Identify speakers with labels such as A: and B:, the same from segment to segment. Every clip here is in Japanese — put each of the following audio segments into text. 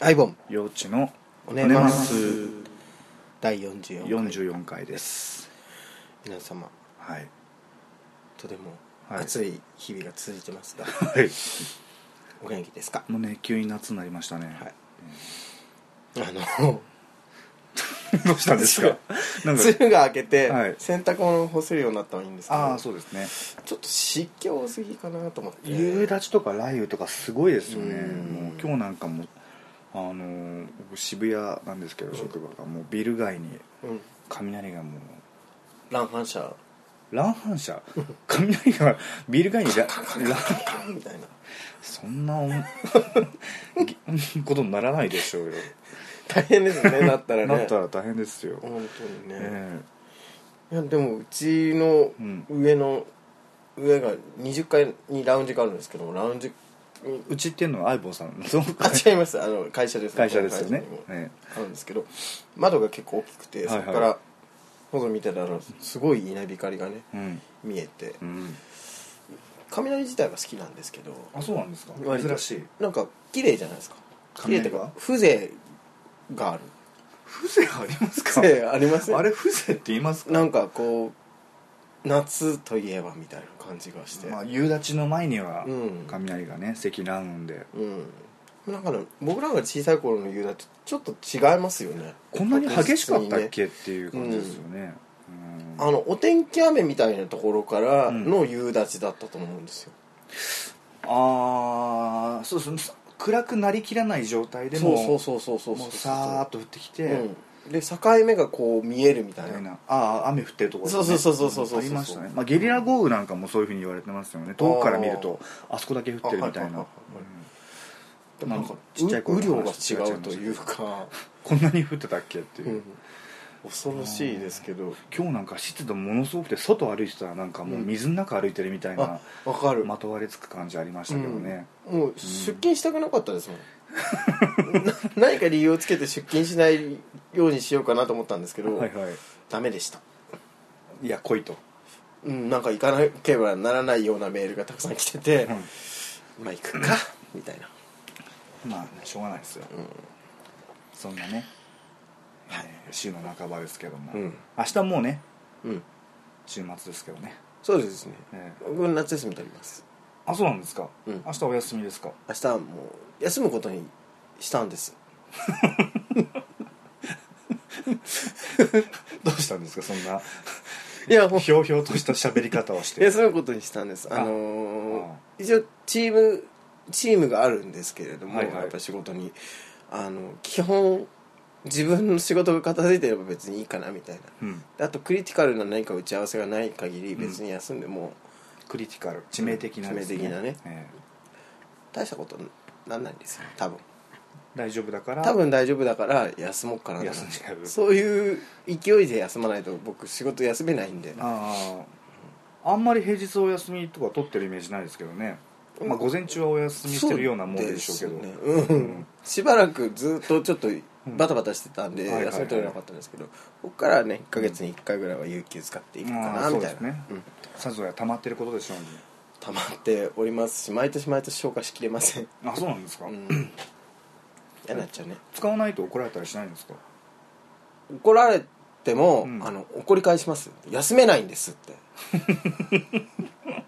A: アイボン
B: 幼稚の
A: お
B: お
A: ね
B: ね
A: ま
B: ますす
A: 第44回
B: 44回です
A: 皆様
B: はい
A: とても
B: はい
A: 暑い日々が続いてます が、
B: はい
A: お元気です か、
B: もうね急に夏になりましたね、
A: はいあの
B: どうしたんですか なんか
A: 梅雨が明けて、
B: はい
A: 洗濯物を干せるようになったのはいいんですけど
B: ああそうですね
A: ちょっと湿気多すぎかなと思って
B: 夕立ちとか雷雨とかすごいですよね
A: うん
B: もう今日なんかもあのー僕渋谷なんですけど職場がもうビル街に
A: うん
B: 雷がもう
A: 乱反射
B: 乱反射 雷がビル街にら乱
A: パンみたいな
B: そんなお ぎ ことにならないでしょうよ
A: 大変です ねなったらね
B: なったら大変ですよ、
A: 本当にね、
B: え
A: いやでもうちの
B: うん
A: 上の、上が20階にラウンジがあるんですけどもラウンジ
B: えうちっていうのはアイボンさんの その
A: あ違いますあの会社です
B: 会社ですよね
A: この会社にも
B: え
A: あるんですけど窓が結構大きくて
B: はい
A: そ
B: はい
A: こから外見てたらすごい稲光がね
B: えうん、
A: 見えて
B: うん、
A: 雷自体は好きなんですけど
B: あそうなんですか
A: 割と
B: 珍しい
A: なんか綺麗じゃないですか綺麗
B: 雷
A: と
B: が
A: いうか風情がある
B: 風情ありますか
A: 風情ありません
B: あれ風情って言いますか
A: なんかこう夏といえばみたいな感じがして、
B: まあ、夕立の前には
A: うん
B: 雷がね積乱雲で
A: うんなんかね僕らが小さい頃の夕立ちょっと違いますよね
B: こんなに激しかったっけっていう
A: 当に
B: 感
A: ね
B: じですよね、うん
A: あのお天気雨みたいなところから
B: うん
A: の夕立だったと思うんですよ、
B: あーそうですね暗くなりきらない状態でも
A: そうそうそうそうそう
B: もうさーっと降ってきて、
A: うん、で境目がこう見えるみた
B: み
A: いな
B: た
A: い
B: なああ雨降ってるところとか
A: そうそうそうそうそうそう
B: ありましたね、まあ、ゲリラ豪雨なんかもそういうふうに言われてますよね遠くから見るとあそこだけ降ってるみた
A: あはいは
B: い
A: いはい
B: な、
A: はい
B: うん
A: でもなん
B: な
A: か
B: んかちっちゃい頃
A: 雨量
B: の
A: が
B: 話と
A: 違
B: 違
A: う
B: っ
A: と
B: ちゃいます
A: いうか、
B: こんなに降ってたっけっていうう、
A: ん、恐ろしいですけど
B: 今日なんか湿度ものすごくて外歩いてたらなんかもう水の中歩いてるみたい
A: あ
B: な、
A: わかる
B: まとわりつく感じありましたけどね、
A: うん、もう出勤したくなかったですもん、 な何か理由をつけて出勤しないようにしようかなと思ったんですけど、
B: はいは
A: ダメでした
B: いいや来いと、
A: うんなんか行かなければならないようなメールがたくさん来てて、まあ行くかみたいな
B: まあね、しょうがないですよ、そんなね、えー週の半ばですけども、
A: うん
B: 明日もうね
A: うん
B: 週末ですけどね、
A: そうですね
B: えー
A: 僕夏休み取ります
B: あそうなんですか、
A: うん
B: 明日お休みですか
A: 明日はもう休むことにしたんです
B: どうしたんですかそんない
A: やもう
B: ひょうひょうとした喋り方をして
A: 休むことにしたんですあのー
B: ああ
A: 一応チームチームがあるんですけれども、
B: はいはい
A: やっぱ仕事にあの基本自分の仕事が片付いてれば別にいいかなみたいな
B: うん
A: であとクリティカルな何か打ち合わせがない限り別に休んでも
B: クリティカル致命的なです、ね、
A: 致命的なね
B: え
A: 大したことになんないんですよ多分
B: え大丈夫だから
A: 多分大丈夫だから休もうかなと
B: 休んじゃう
A: そういう勢いで休まないと僕仕事休めないんで
B: あああんまり平日お休みとか取ってるイメージないですけどね、まあ、午前中はお休みしてるようなもんでしょうけど
A: そですよねうん
B: うん
A: しばらくずっとちょっとバタバタしてたんで
B: うんはいはいはい
A: 休み取れなかったんですけどここからはね1ヶ月に1回ぐらいは有給使っていくか
B: ま
A: な
B: あ
A: みたい
B: そう
A: な、
B: ですね
A: うん
B: さぞや溜まってることでしょうね
A: 溜まっておりますし毎年毎年消化しきれません、
B: あそうなんですか、
A: うん、嫌になっちゃうね
B: 使わないと怒られたりしないんですか
A: 怒られても、
B: うん
A: あの怒り返します休めないんですって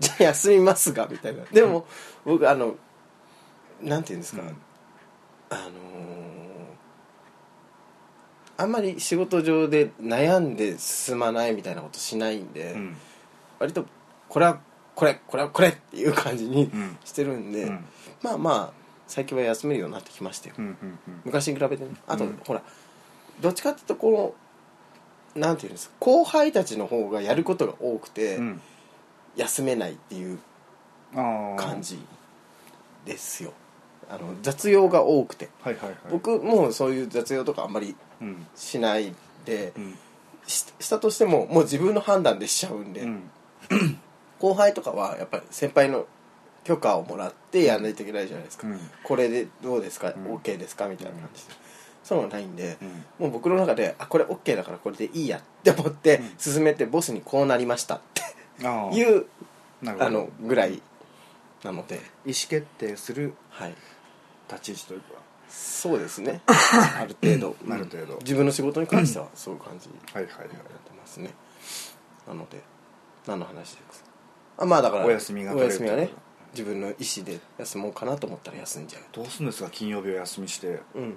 A: じゃあ休みますがみたいなでも僕あのなんて言うんですか、
B: うん
A: あのーあんまり仕事上で悩んで進まないみたいなことしないんで、
B: うん
A: 割とこれはこれこれはこれっていう感じに
B: うん
A: してるんで、
B: うん
A: まあまあ最近は休めるようになってきましたよ、
B: うんうんうん
A: 昔に比べてねあと、
B: うん
A: ほらどっちかっていうとこのなんていうんですか後輩たちの方がやることが多くて、
B: うん
A: 休めないっていう
B: ああ
A: 感じですよあの雑用が多くて、
B: はいはいはい
A: 僕もうそういう雑用とかあんまり
B: うん
A: しないで、
B: うん
A: ししたとしてももう自分の判断でしちゃうんで、
B: うん
A: 後輩とかはやっぱり先輩の許可をもらってやらないといけないじゃないですか、
B: うん
A: これでどうですか、
B: ん
A: OK ですかみたいな感じで、そういうのがないんで、
B: うん
A: もう僕の中であこれ OK だからこれでいいやって思って進めてボスにこうなりましたって
B: ああ
A: いう
B: なるほど
A: あのぐらいなので
B: 意思決定する
A: はい
B: 立ち位置というか
A: そうです ねある程度
B: ある程度
A: 自分の仕事に関してはそういう感じにな
B: はいはいはい
A: ってますねなので何の話ですかあまあだから
B: お休みが
A: お
B: 取れる
A: 休みはね自分の意思で休もうかなと思ったら休んじゃう
B: どうするんですか金曜日お休みして、うん
A: うん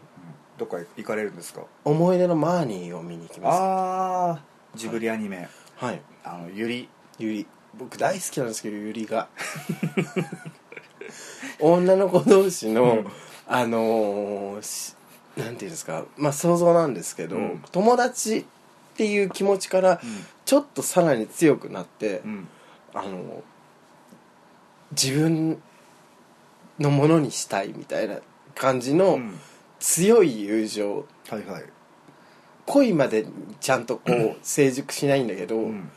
B: どっか行かれるんですか
A: 思い出のマーニーを見に行きます
B: ああジブリアニメ、
A: はい
B: あのゆり
A: ゆり僕大好きなんですけどゆりが 女の子同士の、あのーしなんていうんですかまあ想像なんですけど、
B: うん
A: 友達っていう気持ちからちょっとさらに強くなって、
B: うん
A: あのー自分のものにしたいみたいな感じの
B: うん
A: 強い友情、
B: はいはい、
A: 恋までちゃんとこ う成熟しないんだけど、
B: うん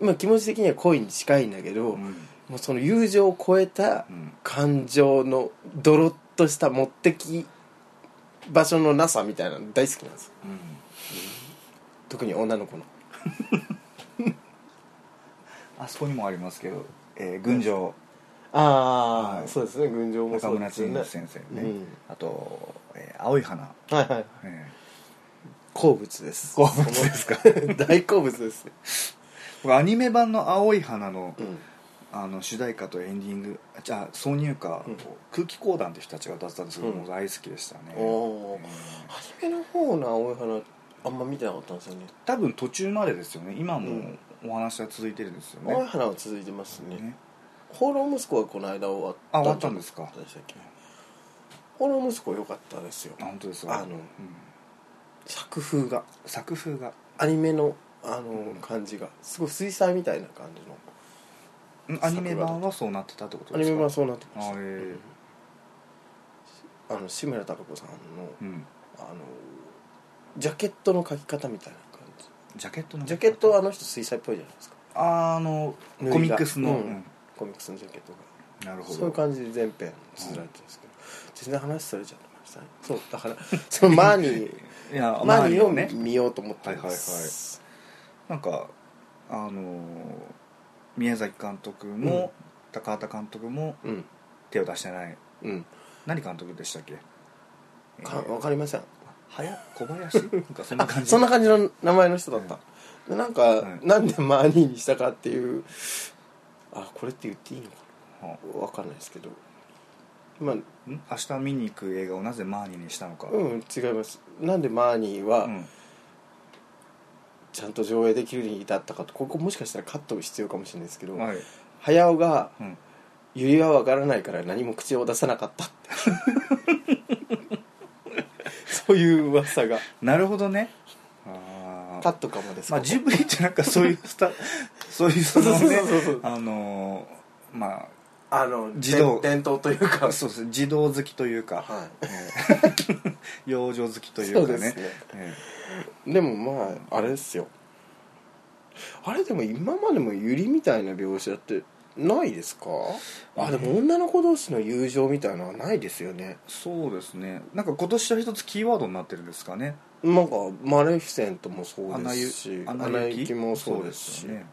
A: まあ、気持ち的には恋に近いんだけど、
B: うん
A: もうその友情を超えた
B: うん
A: 感情のドロッとした持ってき場所のなさみたいなの大好きなんです
B: うん
A: 特に女の子の
B: あそこにもありますけど、えー群青
A: ああ、
B: はい
A: そうですね群青も
B: 中
A: そう
B: 村
A: ですよ
B: 慎
A: ね
B: 之先生ね、
A: うん
B: あと、えー青い花、
A: はいはい
B: え
A: 好物です
B: 好物ですか
A: その 大好物です、
B: ー僕アニメ版の「青い花の」
A: うん、
B: あの主題歌とエンディングあじゃあ挿入歌を、空気講談って人たちが歌ってたんですけど、
A: うん
B: もう大好きでしたね、
A: おー
B: えー
A: 初めの方の青い花あんま見てなかったんですよね
B: 多分途中までですよね今
A: う
B: も
A: ん
B: お話は続いてるんですよね,、
A: 青い花は続いてますね
B: ね
A: 放浪息子はこの間終わった
B: あ終わったんですか
A: どうでしたっけ放浪息子良かったですよ
B: あ本当ですか
A: あの
B: うん
A: 作風が
B: 作風が
A: アニメのあの感じがすごい水彩みたいな感じの
B: んアニメ版はそうなってたってこと
A: ア
B: で
A: ニ
B: す
A: メ
B: か
A: 版そうなってました
B: あえー
A: あの志村貴子さんの
B: うん
A: あのジャケットの描き方みたいな感じ
B: ジャケットの
A: ジャケットはあの人水彩っぽいじゃないですか
B: あの
A: 縫いが
B: コミックスの、
A: うん
B: うん
A: コミックスのジャケットが
B: なるほど
A: そういう感じで全編綴られてるんですけど全然話されちゃってましたねそうだから そのマーニー
B: いや
A: マー
B: 周
A: ニ
B: り
A: ーを
B: のね
A: 見ようと思ってます
B: なんかあのー宮崎監督も、高畑監督も
A: うん
B: 手を出してない
A: うん
B: 何監督でしたっけ
A: かわかりません
B: はや 小林なんかそんな
A: あ
B: 感じ
A: そんな感じの名前の人だった、でなんか、
B: はい
A: なんでマーニーにしたかっていうあこれって言っていいのか
B: は
A: なわかんないですけどまあ
B: あん明日見に行く映画をなぜマーニーにしたのか、
A: うん違いますなんでマーニー
B: う
A: は
B: ん
A: ちゃんと上映できるに至ったかとここもしかしたらカット必要かもしれないですけど、
B: はい
A: 早尾が
B: うん、
A: 「ゆりはわからないから何も口を出さなかった」ってそういう噂が
B: なるほどねあ
A: カ
B: あ
A: ットかもです
B: まあ
A: ここ
B: ジブリってなんかそういうス タそういうその
A: そう
B: ね
A: そうそうそう
B: あのーま
A: あの
B: 児童
A: 伝伝統というか
B: あそうです児童好きというか、
A: は
B: えー養生好きというか
A: そうで
B: ね
A: すね
B: え
A: でもまああれですよあれでも今までもユリみたいな描写ってないですかあでも女の子同士の友情みたいなのはないですよね
B: ーそうですねなんか今年は一つキーワードになってるんですかね
A: なんかマレフィセントもそうで
B: 穴
A: す
B: ゆ
A: し
B: 穴
A: アナ
B: 雪
A: 雪もそうですし
B: そうよね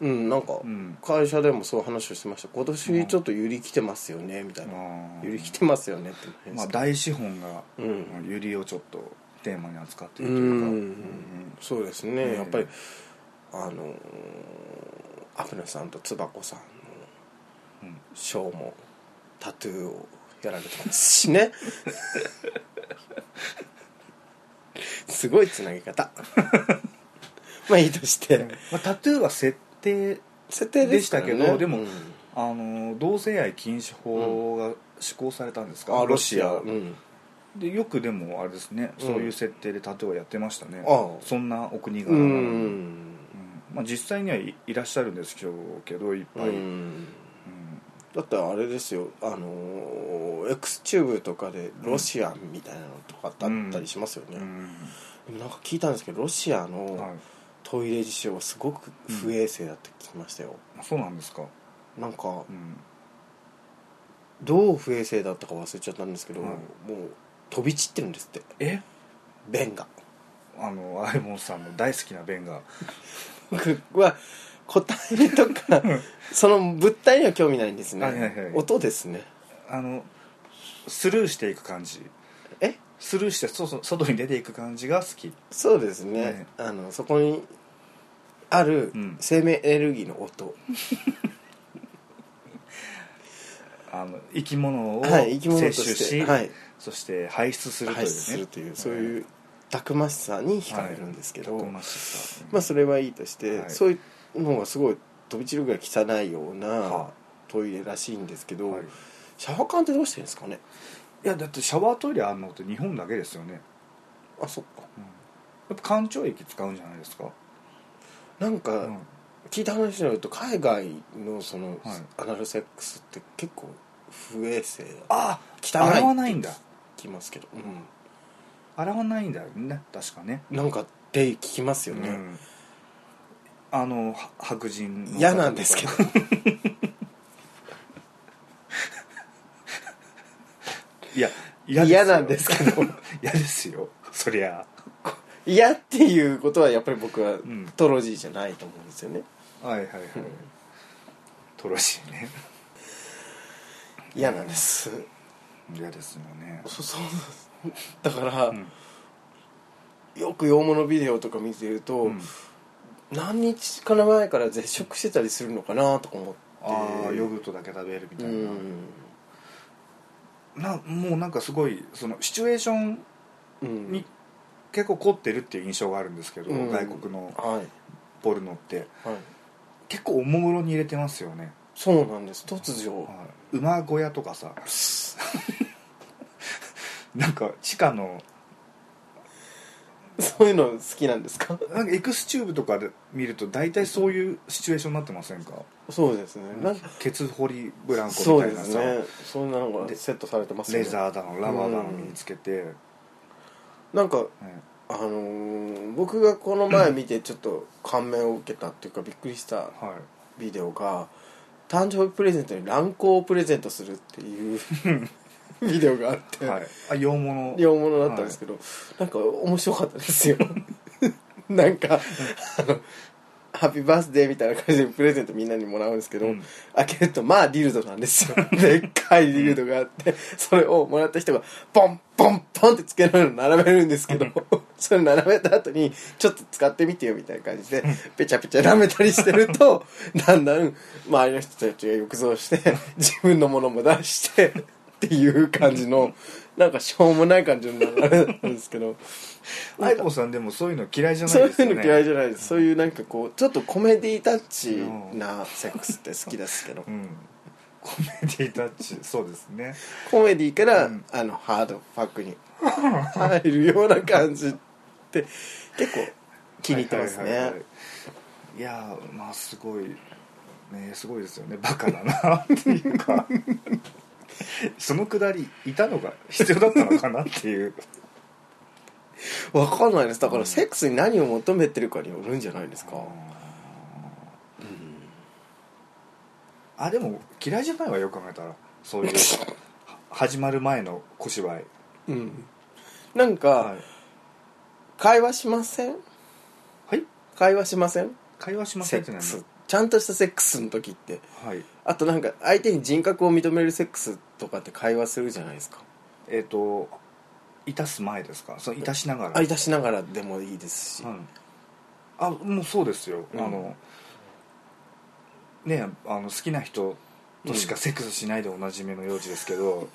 A: うんなんか
B: うん
A: 会社でもそういう話をしてました今年ちょっとユリ来てますよねみたいな
B: あー
A: ユリ来てますよねって言
B: まあ、
A: うんです
B: 大資本が、
A: うん
B: ユリをちょっとテーマに扱って
A: け
B: い
A: ど
B: る
A: う
B: というか、うん
A: んそうですね
B: ええ
A: やっぱりあのーアプネさんとつばこさんの
B: うん
A: ショーもタトゥーをやられてますし ねすごいつなぎ方 まあいいとして
B: まあ、タトゥーは設定
A: 設定でした
B: でしたけどでも
A: うん
B: あの同性愛禁止法が施行されたんですか、
A: あロシア、うん
B: でよくでもあれですね、
A: うん
B: そういう設定でタトゥーはやってましたね
A: ああ
B: そんなお国柄
A: う
B: なのに、うん
A: ん
B: まあ、実際にはい、いらっしゃるんですけどけどいっぱい、うん
A: だってあれですよあのー X チューブとかでロシアンみたいなのとかってあったりしますよね、でもなんか聞いたんですけどロシア
B: うんは
A: の
B: い
A: トイレ事情はすごく不衛生だって聞きましたよ、
B: そうなんですか、
A: なんか
B: うん、
A: どう不衛生だったか忘れちゃったんですけど、
B: はい
A: もう飛び散ってるんですって
B: え
A: 便が
B: あのアイモンさんの大好きな弁が
A: 僕は個体とかその物体には興味ないんですね、
B: はいはいはい
A: 音ですね
B: あのスルーしていく感じ
A: え
B: スルーしてそうそう外に出ていく感じが好き
A: そうですね、あのそこにある
B: うん
A: 生命エネルギーの音、
B: あの生き物を
A: はい生き
B: 摂
A: 物と
B: 取
A: して
B: し、
A: はい
B: そして排出するという
A: 排
B: ね
A: 出するというそういうたくましさに惹かれるんですけど、
B: おましさ
A: まあそれはいいとして、
B: はい
A: そういうのがすごい飛び散るぐらい汚いような
B: は
A: トイレらしいんですけど、
B: はい
A: シャワー缶ってどうしてるんですかね
B: いやだってシャワートイレあんのって日本だけですよね
A: あそっか
B: やっぱ環境液使うんじゃないですか、
A: なんか、
B: うん
A: 聞いた話によると海外のその、
B: はい
A: アナルセックスって結構不衛生だと
B: あ
A: 汚い
B: 洗わないんだ
A: 聞きますけど、う
B: 洗わないんだよね確かね
A: ん、なんかで聞きますよ
B: う
A: ね、
B: んあのは白人の方
A: 嫌なんですけど
B: いや
A: 嫌なんですけど
B: 嫌ですよそりゃ
A: 嫌っていうことはやっぱり僕は
B: ん
A: トロジーじゃないと思うんですよね
B: はいはいはいトロシーね
A: 嫌なんです、
B: 嫌ですよね
A: そそう だから、
B: うん
A: よく洋物ビデオとか見てると、
B: うん
A: 何日か前から絶食してたりするのかなとか思って
B: ああヨーグルトだけ食べるみた
A: う
B: いな、
A: ん、
B: なもうなんかすごいそのシチュエーション
A: うん、
B: に結構凝ってるっていう印象があるんですけど、
A: うん
B: 外国の
A: はい、
B: ポルノって
A: はい、
B: 結構おもむろに入れてますよね、
A: そうなんです突如
B: はい馬小屋と かさなんか地下の
A: そういうの好きなんですか
B: なんかエクスチューブとかで見ると大体そういうシチュエーションになってませんか
A: そうですねなんか
B: ケツ掘りブランコ
A: そ
B: み
A: う
B: たい
A: で
B: な
A: す
B: さ、
A: ねそんなのがセットされてますよ
B: レ
A: ね
B: ザーだのラバーだの身につけて、
A: なんか
B: ね
A: あのー僕がこの前見てちょっと感銘を受けたっていうかびっくりした
B: はい
A: ビデオが誕生日プレゼントに乱行をプレゼントするっていう ビデオがあって、
B: はい、あ洋物
A: 両物だったんですけど、なんか面白かったですよ なんかあのハッピーバースデーみたいな感じでプレゼントみんなにもらうんですけど、
B: うん
A: 開けるとまあディルドなんですよ でっかいディルドがあってそれをもらった人がポンポンポンってつけられるの並べるんですけど それ並べた後にちょっと使ってみてよみたいな感じでペチャペチャ舐めたりしてる とだんだん周りの人たちが欲造して自分のものも出してっていう感じのなんかしょうもない感じの流れなんですけど
B: アイコさんでもそういうの嫌いじゃない
A: そう
B: で
A: い
B: すよね
A: うの嫌いじゃないですそういうなんかこうちょっとコメディタッチなセックスって好きですけど
B: うん、コメディタッチそうですね
A: コメディから、
B: うん
A: あのハードパックに入るような感じって結構気に入ってます
B: はいはいは
A: ね
B: いはいいやーまあすごいねすごいですよねバカだなっていうか そのくだりいたのが必要だったのかなっていう
A: わかんないですだからセックスに何を求めてるかによるんじゃないですか、
B: あでも嫌いじゃないわよく考えたらそ ういうは始まる前の小芝居
A: うん、なんか、
B: はい、
A: 会話しません
B: はい、
A: 会話しません
B: 会話しま
A: セ
B: せん
A: ッ
B: ってな
A: ク
B: る
A: スちゃんとしたセックスの時って
B: はい
A: あとなんか相手に人格を認めるセックスとかって会話するじゃないですか
B: えっ、といたす前ですかそのいたしながら
A: 相出しながらでもいいですし、
B: うん、あもうそうですよ、
A: うん
B: あのねあの好きな人としかセックスしないでおなじみの幼児ですけ ど、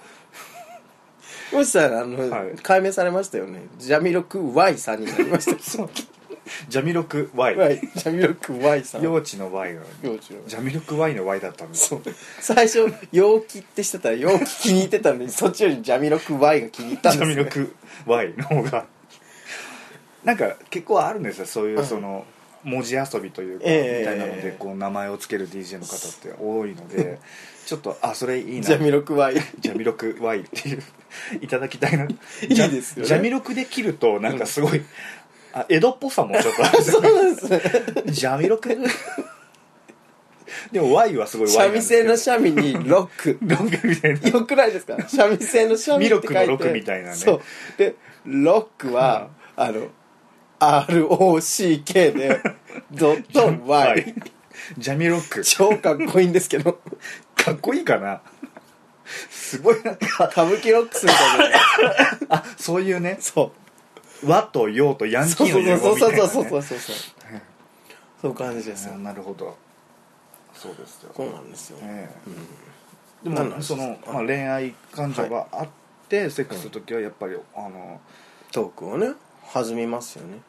A: もしさあの、
B: はい
A: 解明されましたよねジャミロク Y さんになりました
B: ジャミロク Y、
A: はい、ジャミロク Y さん
B: 幼稚の Y が
A: 幼稚の
B: ジャミロク Y の Y だったんです
A: そう最初陽気ってしてたら陽気気に入ってたのにそっちよりジャミロク Y が気に入ったん
B: ジ
A: で
B: ャ
A: す、
B: ミ
A: ね、
B: ロク Y の方がなんか結構あるんですよそういうその、文字遊びというか、
A: ええ
B: みたいなのでこう名前をつける DJ の方って多いのでちょっとあそれいいな
A: ジャミロク Y
B: ジャミロク Y っていういただきたいな い
A: いですよね
B: ジャミロクで切るとなんかすごい、あ江戸っぽさもちょっとあるんですよ
A: そうですね
B: ジャミロクでも Y はすごい Y
A: 三味線の
B: シ
A: 三味にロック
B: ロックみたいな
A: よくないです か三味線の三味って書いて
B: ミロクのロクみたいなね
A: そうでロックは、あの ROCK でドット Y
B: ジャミロク
A: 超かっこいいんですけど
B: かっこいいかなすごいなんか
A: 歌舞伎ロックスみたいな
B: あそういうね
A: そう
B: 和と洋とヤンキ
A: そう
B: ーの融
A: そ
B: 合
A: う
B: みた
A: そ
B: いうな、
A: そうそうそ
B: ね、
A: うそうそうそういう感じですよ
B: あなるほどそうですよ
A: そうなんですよ、
B: ええ
A: で
B: でもその、まあ、恋愛感情があって、セックスする時はやっぱりあの
A: トークをね弾みますよね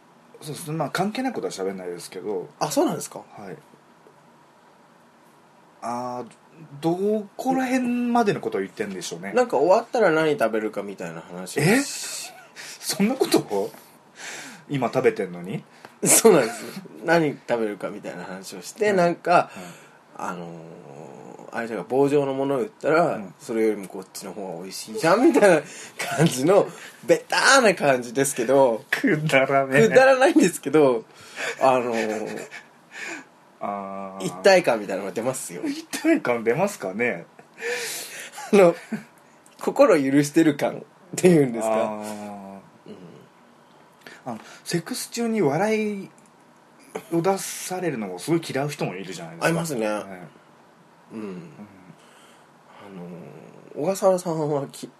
B: そうですねまあ関係ないことは喋んないですけど
A: あそうなんですか
B: はいあーどこら辺までのことを言ってんでしょうね
A: なんか終わったら何食べるかみたいな話
B: え
A: し
B: そんなことを今食べてんのに、
A: そうなんです何食べるかみたいな話をして、
B: うん
A: なんか、あのー相手が棒状のものを言ったら、
B: うん
A: それよりもこっちの方が美味しいじゃんみたいな感じのベターな感じですけど
B: くだらねえ
A: くだらないんですけ どあのー
B: あー
A: 一体感みたいなのが出ますよ
B: 一体感出ますかね
A: あの心許してる感っていうんです
B: あ
A: か
B: ーあのセックス中に笑いを出されるのをすごい嫌う人もいるじゃないですか
A: ありますね、
B: はい
A: うんあのー小笠原さんはき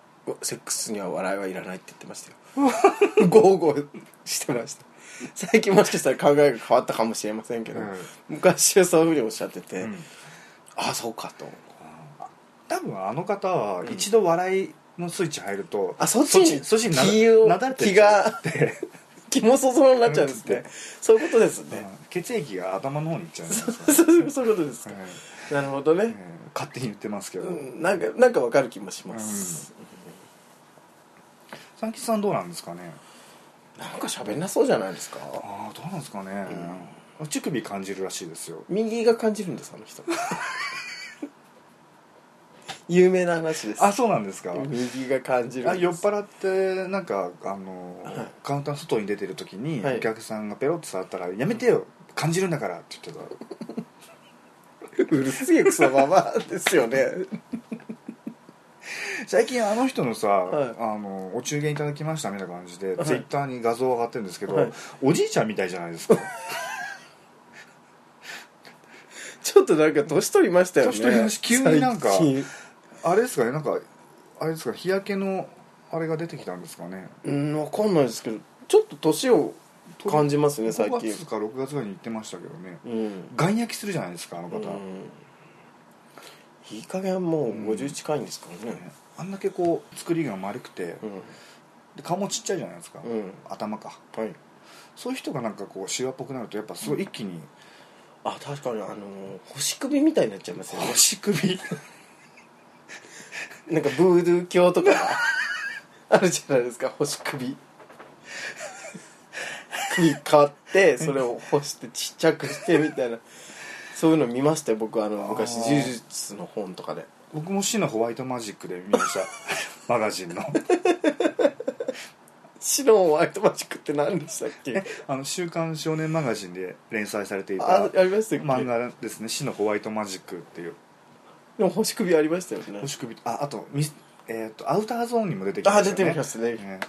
A: セックスには笑いはいらないって言ってました よゴーゴーしてました最近もしかしたら考えが変わったかもしれませんけど、
B: うん
A: 昔はそういうふうにおっしゃってて、
B: うん
A: ああそうかと
B: 多分あの方は
A: ん
B: 一度笑いのスイッチ入ると、
A: あそっちに
B: そっちになだ
A: 気を
B: なだれてっ
A: 気
B: ちゃう
A: が気もそぞろになっちゃうんですね、
B: うん
A: そういうことです
B: う
A: ね、
B: ん血液が頭の方にいっちゃうんですよ
A: そういうそういうことですか、
B: うん
A: なるほどね、
B: うん勝手に言ってますけど、
A: うん、なんかなんかわかる気もします、
B: 三吉さんどうなんですかね
A: なんか喋んなそうじゃないですか
B: ああどうなんですかね、乳首感じるらしいですよ
A: 右が感じるんですあの人 有名な話です
B: あそうなんですか、
A: 右が感じる
B: あ
A: んで
B: 酔っ
A: す
B: 払ってなんかあの、カウンターの外に出てる時に、
A: はい
B: お客さんがペロッと触ったら「やめてよ感じるんだから」って言ってた
A: うるせえクソババアですよね
B: 最近あの人のさ、
A: はい
B: あのお中元いただきましたみたいな感じで、
A: はい
B: ツイッターに画像上がってるんですけど、
A: はい
B: おじいちゃんみたいじゃないですか
A: ちょっとなんか年取りましたよね
B: 年取りまし急になんか
A: 最近
B: あれですかねなんかあれですか日焼けのあれが出てきたんですかね
A: うんわかんないですけどちょっと年を感じますね最
B: 5
A: 近
B: 月か6月ぐらいに言ってましたけどね
A: うん
B: 眼焼きするじゃないですかあの方、
A: うんいい加減もう50近いんですからね
B: ねあんだけこう作りが丸くて、
A: うん
B: で顔もちっちゃいじゃないですか、
A: うん
B: 頭か
A: はい
B: そういう人がなんかこうシワっぽくなるとやっぱすごい一気に
A: あ確かにあのー星首みたいになっちゃいますよね
B: 足首
A: なんかブードゥー教とか あるじゃないですか星首 首変わってそれを干してちっちゃくしてみたいなそういうの見ましたよ僕あの昔
B: あー
A: 呪術の本とかで
B: 僕も死のホワイトマジックで見ま したマガジンの
A: 死のホワイトマジックって何でしたっけ
B: あの「週刊少年マガジン」で連載されてい
A: あ
B: た
A: ありましたっけ
B: 漫画ですね「死のホワイトマジック」っていう
A: でも星首ありましたよね
B: 星首ああとミス、えー、とアウターゾーンにも出てき
A: あ
B: ま
A: あ
B: した
A: 出て
B: よね
A: みましたね
B: ね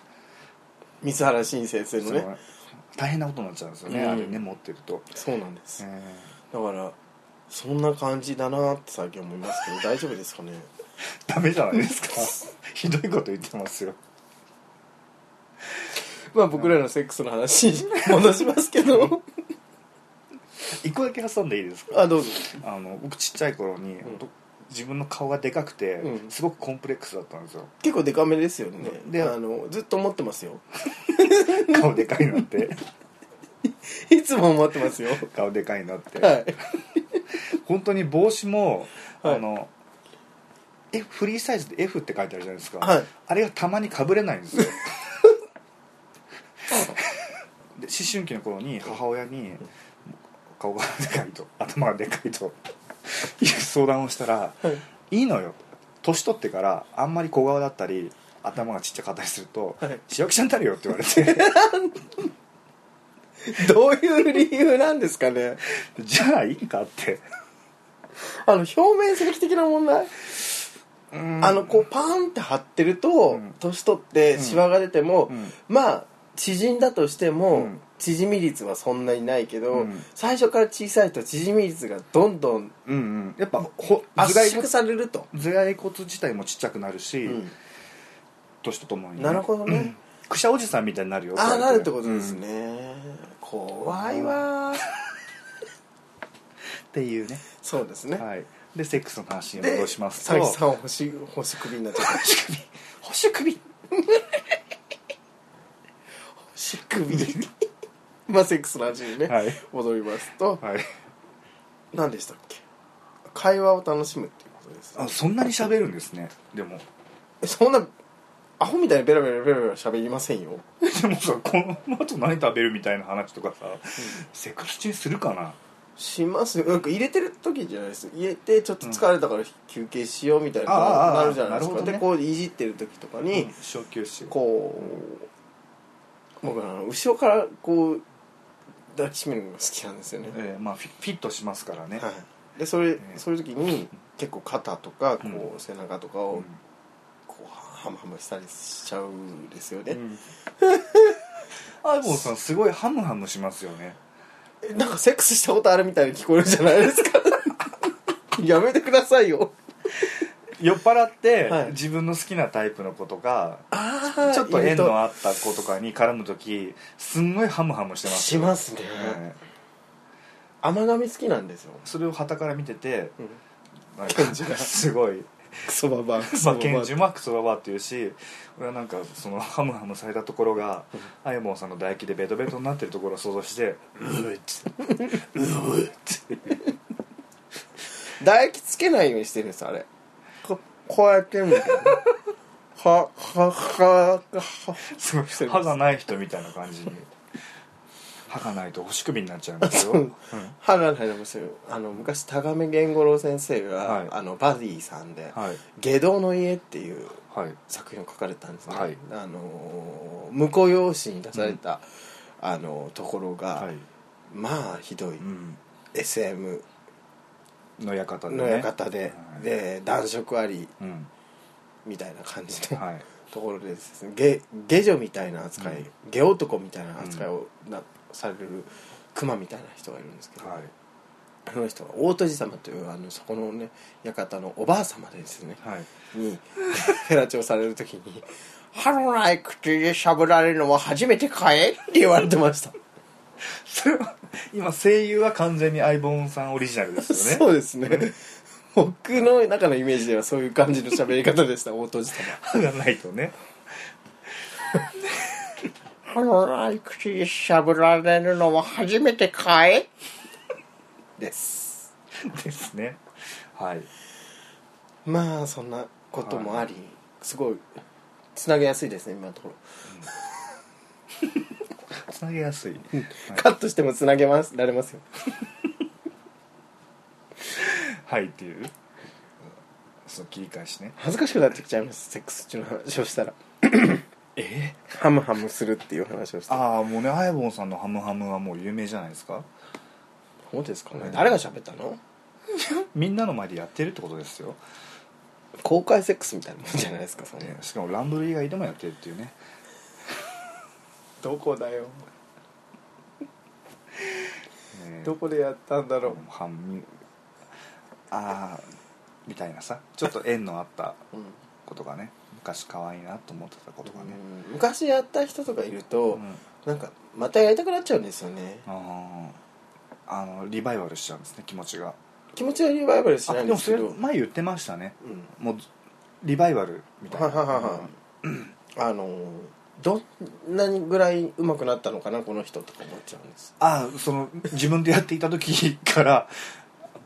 A: 三原新先生の
B: そ
A: ね
B: の大変なことになっちゃうんですよね、
A: うん
B: あれね持ってると、
A: そうなんです
B: え
A: だからそんな感じだなって最近思いますけど大丈夫ですかね
B: ーダメじゃないですか ひどいこと言ってますよ
A: まあ僕らのセックスの話 に戻しますけど
B: 一個だけ挟んでいいですか
A: あどうぞ
B: あの僕ちっちゃい頃に、
A: うん
B: 自分の顔がでかくて、
A: うん
B: すごくコンプレックスだったんですよ
A: 結構デカめですよねで
B: で
A: あのずっと思ってますよ
B: 顔でかいなって
A: いつも思ってますよ
B: 顔でかいなって、
A: はい
B: 本当に帽子も、
A: はい
B: あのえフリーサイズで F って書いてあるじゃないですか、
A: はい
B: あれがたまにかぶれない んですよで思春期の頃に母親に「顔がでかいと頭がでかいと」 いう相談をしたら
A: はい
B: 「いいのよ」年取ってからあんまり小顔だったり頭がちっちゃかったりすると
A: はい
B: 「しわくちゃになるよ」って言われて
A: どういう理由なんですかね
B: 「じゃあいいか」って
A: あの表面積的な問題、あ
B: あ
A: のこうパーンって張ってると、
B: うん
A: 年取ってシワが出ても、
B: うん
A: まあ縮んだとしても、
B: うん
A: 縮み率はそんなにないけど、
B: うん
A: 最初から小さいと縮み率がどんどん
B: うんうんやっぱほ頭
A: 圧
B: 蓋
A: 縮
B: 骨
A: されると、
B: 頭蓋骨自体もちっちゃくなるし、
A: うん
B: 年とともにね、
A: なるほどね、
B: くしゃおじさんみたいになるよ
A: ああ
B: そうや
A: なるってことですね、怖いわー
B: うんっていうね
A: そうですね、
B: はいでセックスの話に
A: で
B: 戻します
A: 佐々木さ
B: と
A: んは星星首になっちゃ った
B: 星首
A: 星首 まあセックスの話にね、
B: はい
A: 戻りますと、
B: はい
A: 何でしたっけ会話を楽しむっていうことです
B: あそんなに喋るんですねでも
A: そんなアホみたいにベラベラベラベラ喋りませんよ
B: でもさこの後何食べるみたいな話とかさ、セクス中するかな
A: しますよなんか入れてる時じゃないです入れてちょっと疲れたから休憩しようみたいな
B: ああああ
A: なるじゃないですか
B: なるほどね
A: でこういじってる時とかに、
B: 小休止
A: こう僕あの後ろからこう抱きしめるのが好きなんですよね、
B: えーまあフィフィットしますからね、
A: はい、でそれ、
B: え
A: そういう時に結構肩とかこう、
B: う
A: 背中とか
B: う
A: を
B: ん
A: こうハムハムしたりしちゃうんですよね、
B: うん アイボンさんすごいハムハムしますよね
A: えなんかセックスしたことあるみたいに聞こえるじゃないです かやめてくださいよ
B: 酔っ払って、
A: はい
B: 自分の好きなタイプの子とか
A: ああ
B: ちょっと縁のあった子とかに絡む時すんごいハムハムしてます
A: し
B: よ
A: ますね、
B: ええ
A: 甘噛み好きなんですよ、
B: それを傍から見てて
A: うん、
B: なんか
A: ケンジが
B: すご い
A: クソババアク
B: ま
A: ソ
B: あ
A: ババア
B: 拳銃マックスババアっていうし俺はなんかそのハムハムされたところがあやもんさんの唾液でベトベトになってるところを想像して「ううっつって」ううっつって
A: 唾液つけないようにしてるんですあれここうやってみたいなはははは
B: すごい歯がない人みたいな感じに歯がないと星首になっちゃうんですよ、
A: そううん歯がないのもしてるあの昔田上源五郎先生が、
B: はい
A: あのバディさんで
B: はい
A: 「下道の家」っていう
B: はい
A: 作品を書かれたんですね、
B: はい
A: あのー婿養子に出された、あのーところが、
B: はい、
A: まあひどい、
B: うん、
A: SM
B: の館でね
A: の館で、で男色あり
B: うん
A: みたいな感じの、
B: はい
A: ところでですね下下女みたいな扱い、下男みたいな扱いをな、される熊みたいな人がいるんですけど、
B: はい
A: あの人は大戸寺様というあのそこのね館のおばあ様でですね
B: はい
A: にフェラチオされる時に「歯のない口でしゃぶられるのは初めてかい?」って言われてました、
B: それは今声優は完全にアイボンさんオリジナルですよね
A: そうですね、僕の中のイメージではそういう感じの喋り方でした大戸寺様
B: 歯がないとね
A: このい口にしゃぶられるのは初めてかいです
B: ですねはい
A: まあそんなこともあり、すごいつなげやすいですね今のところ、
B: つなげやすい、はい
A: カットしてもつなげますられますよ
B: はいっていうその切り返しね
A: 恥ずかしくなってきちゃいますセックス中の話をしたら
B: え
A: ハムハムするっていう話をしたら
B: ああもうねあやぼんさんのハムハムはもう有名じゃないですか
A: そうですかね、
B: うん
A: 誰が喋ったの
B: みんなの前でやってるってことですよ、
A: 公開セックスみたいなもんじゃないですかそれ
B: ね、しかもランブル以外でもやってるっていうね
A: どこだよ
B: ね
A: こでやったんだろ
B: ハムああみたいなさちょっと縁のあった
A: う、うん
B: ことがね昔可愛いなと思ってたことがね、
A: うん昔やった人とかいると、
B: うん
A: なんかまたやりたくなっちゃうんですよね
B: あーあのリバイバルしちゃうんですね気持ちが
A: 気持ちはリバイバルし
B: あ
A: ないん
B: で
A: で
B: も
A: すけ
B: それ
A: ど
B: 前言ってましたね
A: うん
B: もうリバイバルみたいな
A: はいはいはいはいあのーどんなにぐらい上手くなったのかなこの人とか思っちゃうんです
B: ああその自分でやっていた時から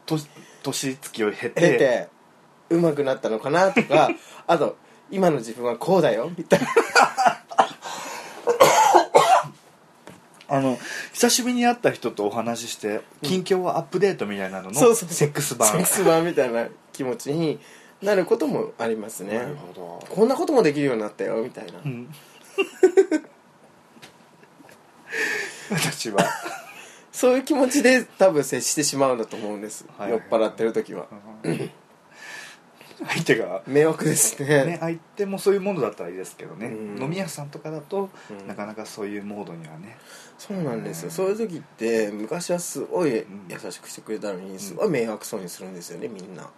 B: と年月を経て
A: 経て上手くなったのかなと かあと今の自分はこうだよみたいな
B: あの久しぶりに会った人とお話しして近況アップデートみたいなのの
A: そうそうそう
B: セックス版
A: セックス版みたいな気持ちになることもありますね
B: なるほど
A: こんなこともできるようになったよみたいな、
B: うん 私は
A: そういう気持ちで多分接してしまうんだと思うんです、
B: はい
A: 酔っ払ってる時は、
B: うん相手が、
A: 迷惑ですね
B: ね、相手もそういうものだったらいいですけどね、
A: うん
B: 飲み屋さんとかだと、
A: うん
B: なかなかそういうモードにはね
A: そうなんですよ、
B: うん
A: そういう時って昔はすごい優
B: ん
A: しくしてくれたのにすごい迷惑そうにするんですよねみんな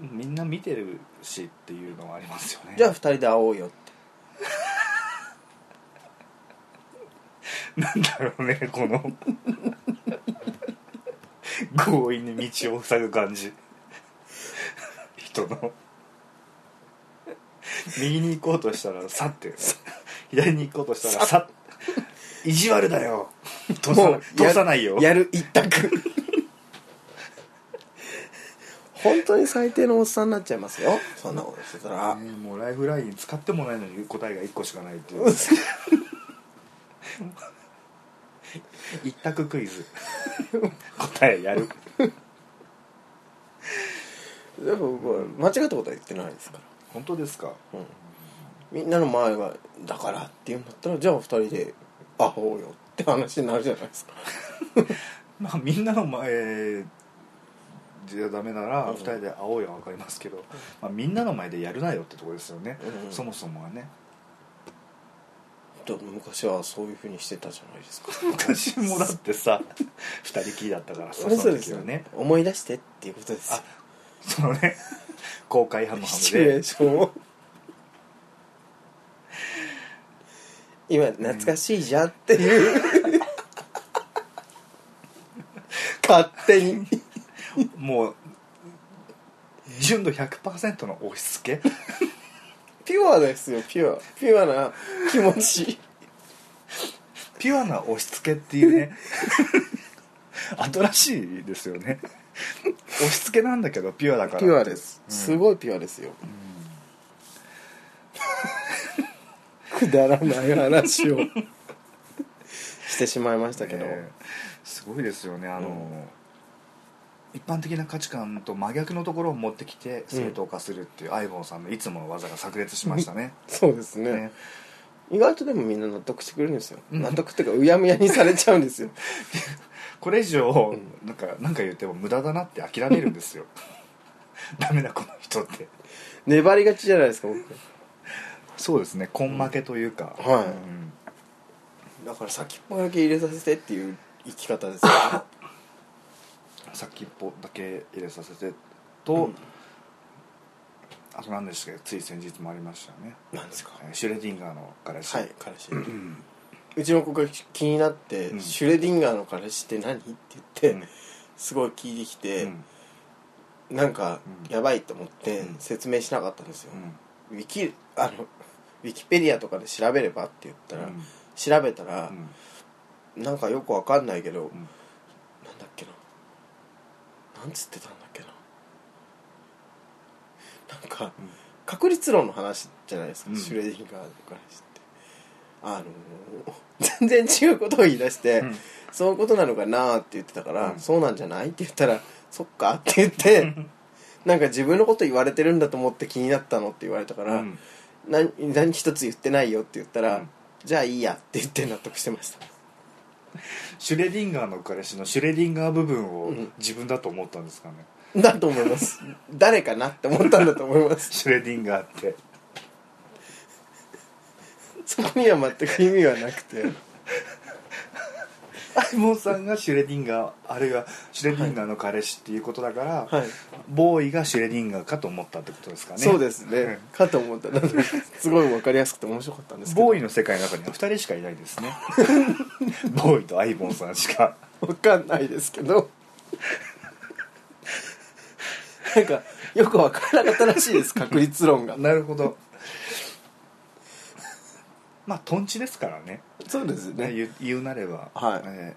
B: みんな見てるしっていうのはありますよね
A: じゃあ2人で会おうよって
B: なんだろうねこの強引に道を塞ぐ感じ人の右に行こうとしたらさって左に行こうとしたらさ意地悪だよ通さ
A: も
B: な
A: う
B: 通さないよ
A: やる一 択本当に最低のおっさんになっちゃいますよそんなことしてたら、
B: ねえもうライフライン使ってもないのに答えが1個しかないっていう
A: うん
B: 一択クイズ答え やる
A: でも僕は間違ったことは言ってないですか、
B: 本当ですから
A: うん、みんなの前はだからって言うんだったらじゃあ2人で会おうよって話になるじゃないですか
B: まあみんなの前じゃダメなら
A: うん
B: 2人で会おうよは分かりますけど、まあ、みんなの前でやるなよってとこですよね、
A: うん
B: そもそもはね
A: でも昔はそういうふうにしてたじゃないですか
B: 昔もだってさ2人きりだったからさ
A: そう
B: その
A: です
B: 時
A: よ
B: はね
A: ね思い出してっていうことですよ
B: あそのね公開ハムハ
A: シチュ
B: ム
A: エ
B: で
A: ーションを今懐かしいじゃんっていう、勝手に
B: もう純度100%の押し付け
A: ピュアですよピュアピュアな気持ち
B: ピュアな押し付けっていうね 新しいですよね押し付けなんだけどピュアだから
A: ピュアです、
B: うん
A: すごいピュアですよ、くだらない話 をしてしまいましたけど、
B: ねすごいですよねあの、一般的な価値観と真逆のところを持ってきて正当化するっていう、アイボンさんのいつもの技が炸裂しましたね
A: そうですね
B: ね
A: 意外とでもみんな納得してくれるんですよ、
B: うん
A: 納得っていうかうやむやにされちゃうんです よ
B: これ以上なんかなんか言っても無駄だなって諦めるんですよ ダメだこの人って
A: 粘りがちじゃないですか僕
B: そうですね根負けというか、
A: うんはい
B: うん
A: だから先っぽだけ入れさせてっていう生き方 ですよね
B: 先っぽだけ入れさせてと、
A: うん
B: あと何でしたっけつい先日もありましたよね
A: なんですかは
B: えーシュレディンガーの彼氏、
A: い彼氏うちの子が気になって、
B: うん
A: シュレディンガーの彼氏って何?」って言って、
B: うん
A: すごい聞いてき
B: う
A: て、
B: ん
A: なんか
B: うん
A: やばいと思って
B: うん
A: 説明しなかったんですよ、
B: うん
A: ウィキあのウィキペディアとかで調べればって言ったら、
B: うん
A: 調べたら
B: う、ん
A: なんかよくわかんないけど、
B: うん
A: なんだっけななんつってたんだっけななんか、
B: うん
A: 確率論の話じゃないですか、
B: うん
A: シュレディンガーの話ってあのー全然違うことを言い出して、
B: うん
A: そういうことなのかなって言ってたから、
B: うん
A: そうなんじゃないって言ったら「そっか」って言っ てなんか自分のこと言われてるんだと思って気になったのって言われたから「
B: うん
A: 何何一つ言ってないよ」って言ったら「
B: うん
A: じゃあいいや」って言って納得してました
B: シュレディンガーの彼氏のシュレディンガー部分を
A: うん
B: 自分だと思ったんですかね、
A: だと思います誰かなって思ったんだと思います
B: シュレディンガーって
A: そこには全く意味はなくて
B: アイモンさんがシュレディンガーあるいはシュレディンガーの彼氏っていうことだから、
A: はい、
B: ボーイがシュレディンガーかと思ったってことですかね
A: そうですねかと思ったら なんかすごい分かりやすくて面白かったんですけど
B: ボーイの世界の中には2人しかいないで すねボーイとアイボンさんしか
A: 分かんないですけどなんかよく分からなかったらしい です確率論が
B: なるほどまあトンチですからね
A: そうです
B: ね
A: ね
B: 言う言うなれば、
A: はい
B: え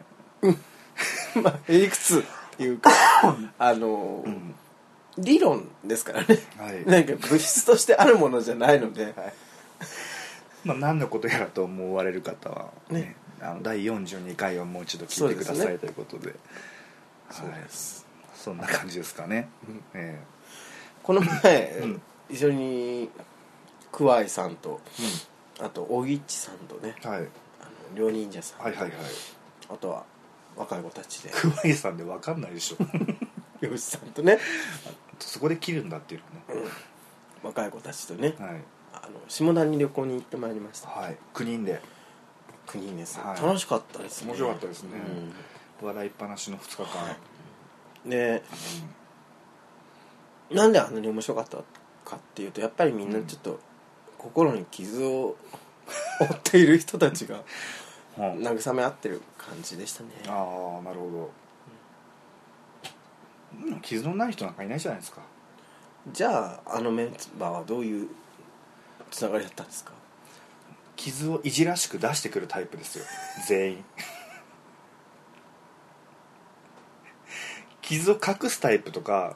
A: まあへりくつっていうかあのー、
B: ーうん
A: 理論ですからね
B: はい
A: なんか物質としてあるものじゃないので
B: はいまあ、何のことやらと思われる方は、ね
A: ね
B: あの第42回をもう一度聞いてくだ
A: そう
B: さ
A: ですね
B: いということで
A: そうです
B: はい、そんな感じですかね、
A: うん
B: え
A: この前、
B: うん
A: 一緒に桑井さんと
B: え
A: あと小木っちさんとね
B: はい、
A: あの両忍者さん、
B: はいはいはい
A: あとは若い子たちで
B: 桑井さんで分かんないでしょ
A: 漁師さんとね
B: そこで切るんだっていうね、
A: 若い子たちとね
B: はい、
A: あの下田に旅行に行ってまいりました
B: はい、9人で
A: 国にです、
B: はい
A: 楽しかったですね
B: 面白かったですね、笑いっぱなしの2日間、
A: はうんでなんであんなに面白かったかっていうとやっぱりみんなちょっと心に傷を負っている人たちが
B: うんうん
A: 慰め合ってる感じでしたね
B: ああなるほど、うん、傷のない人なんかいないじゃないですか
A: じゃああのメンバーはどういうつながりだったんですか
B: 傷をいじらしく出してくるタイプですよ全員傷を隠すタイプとか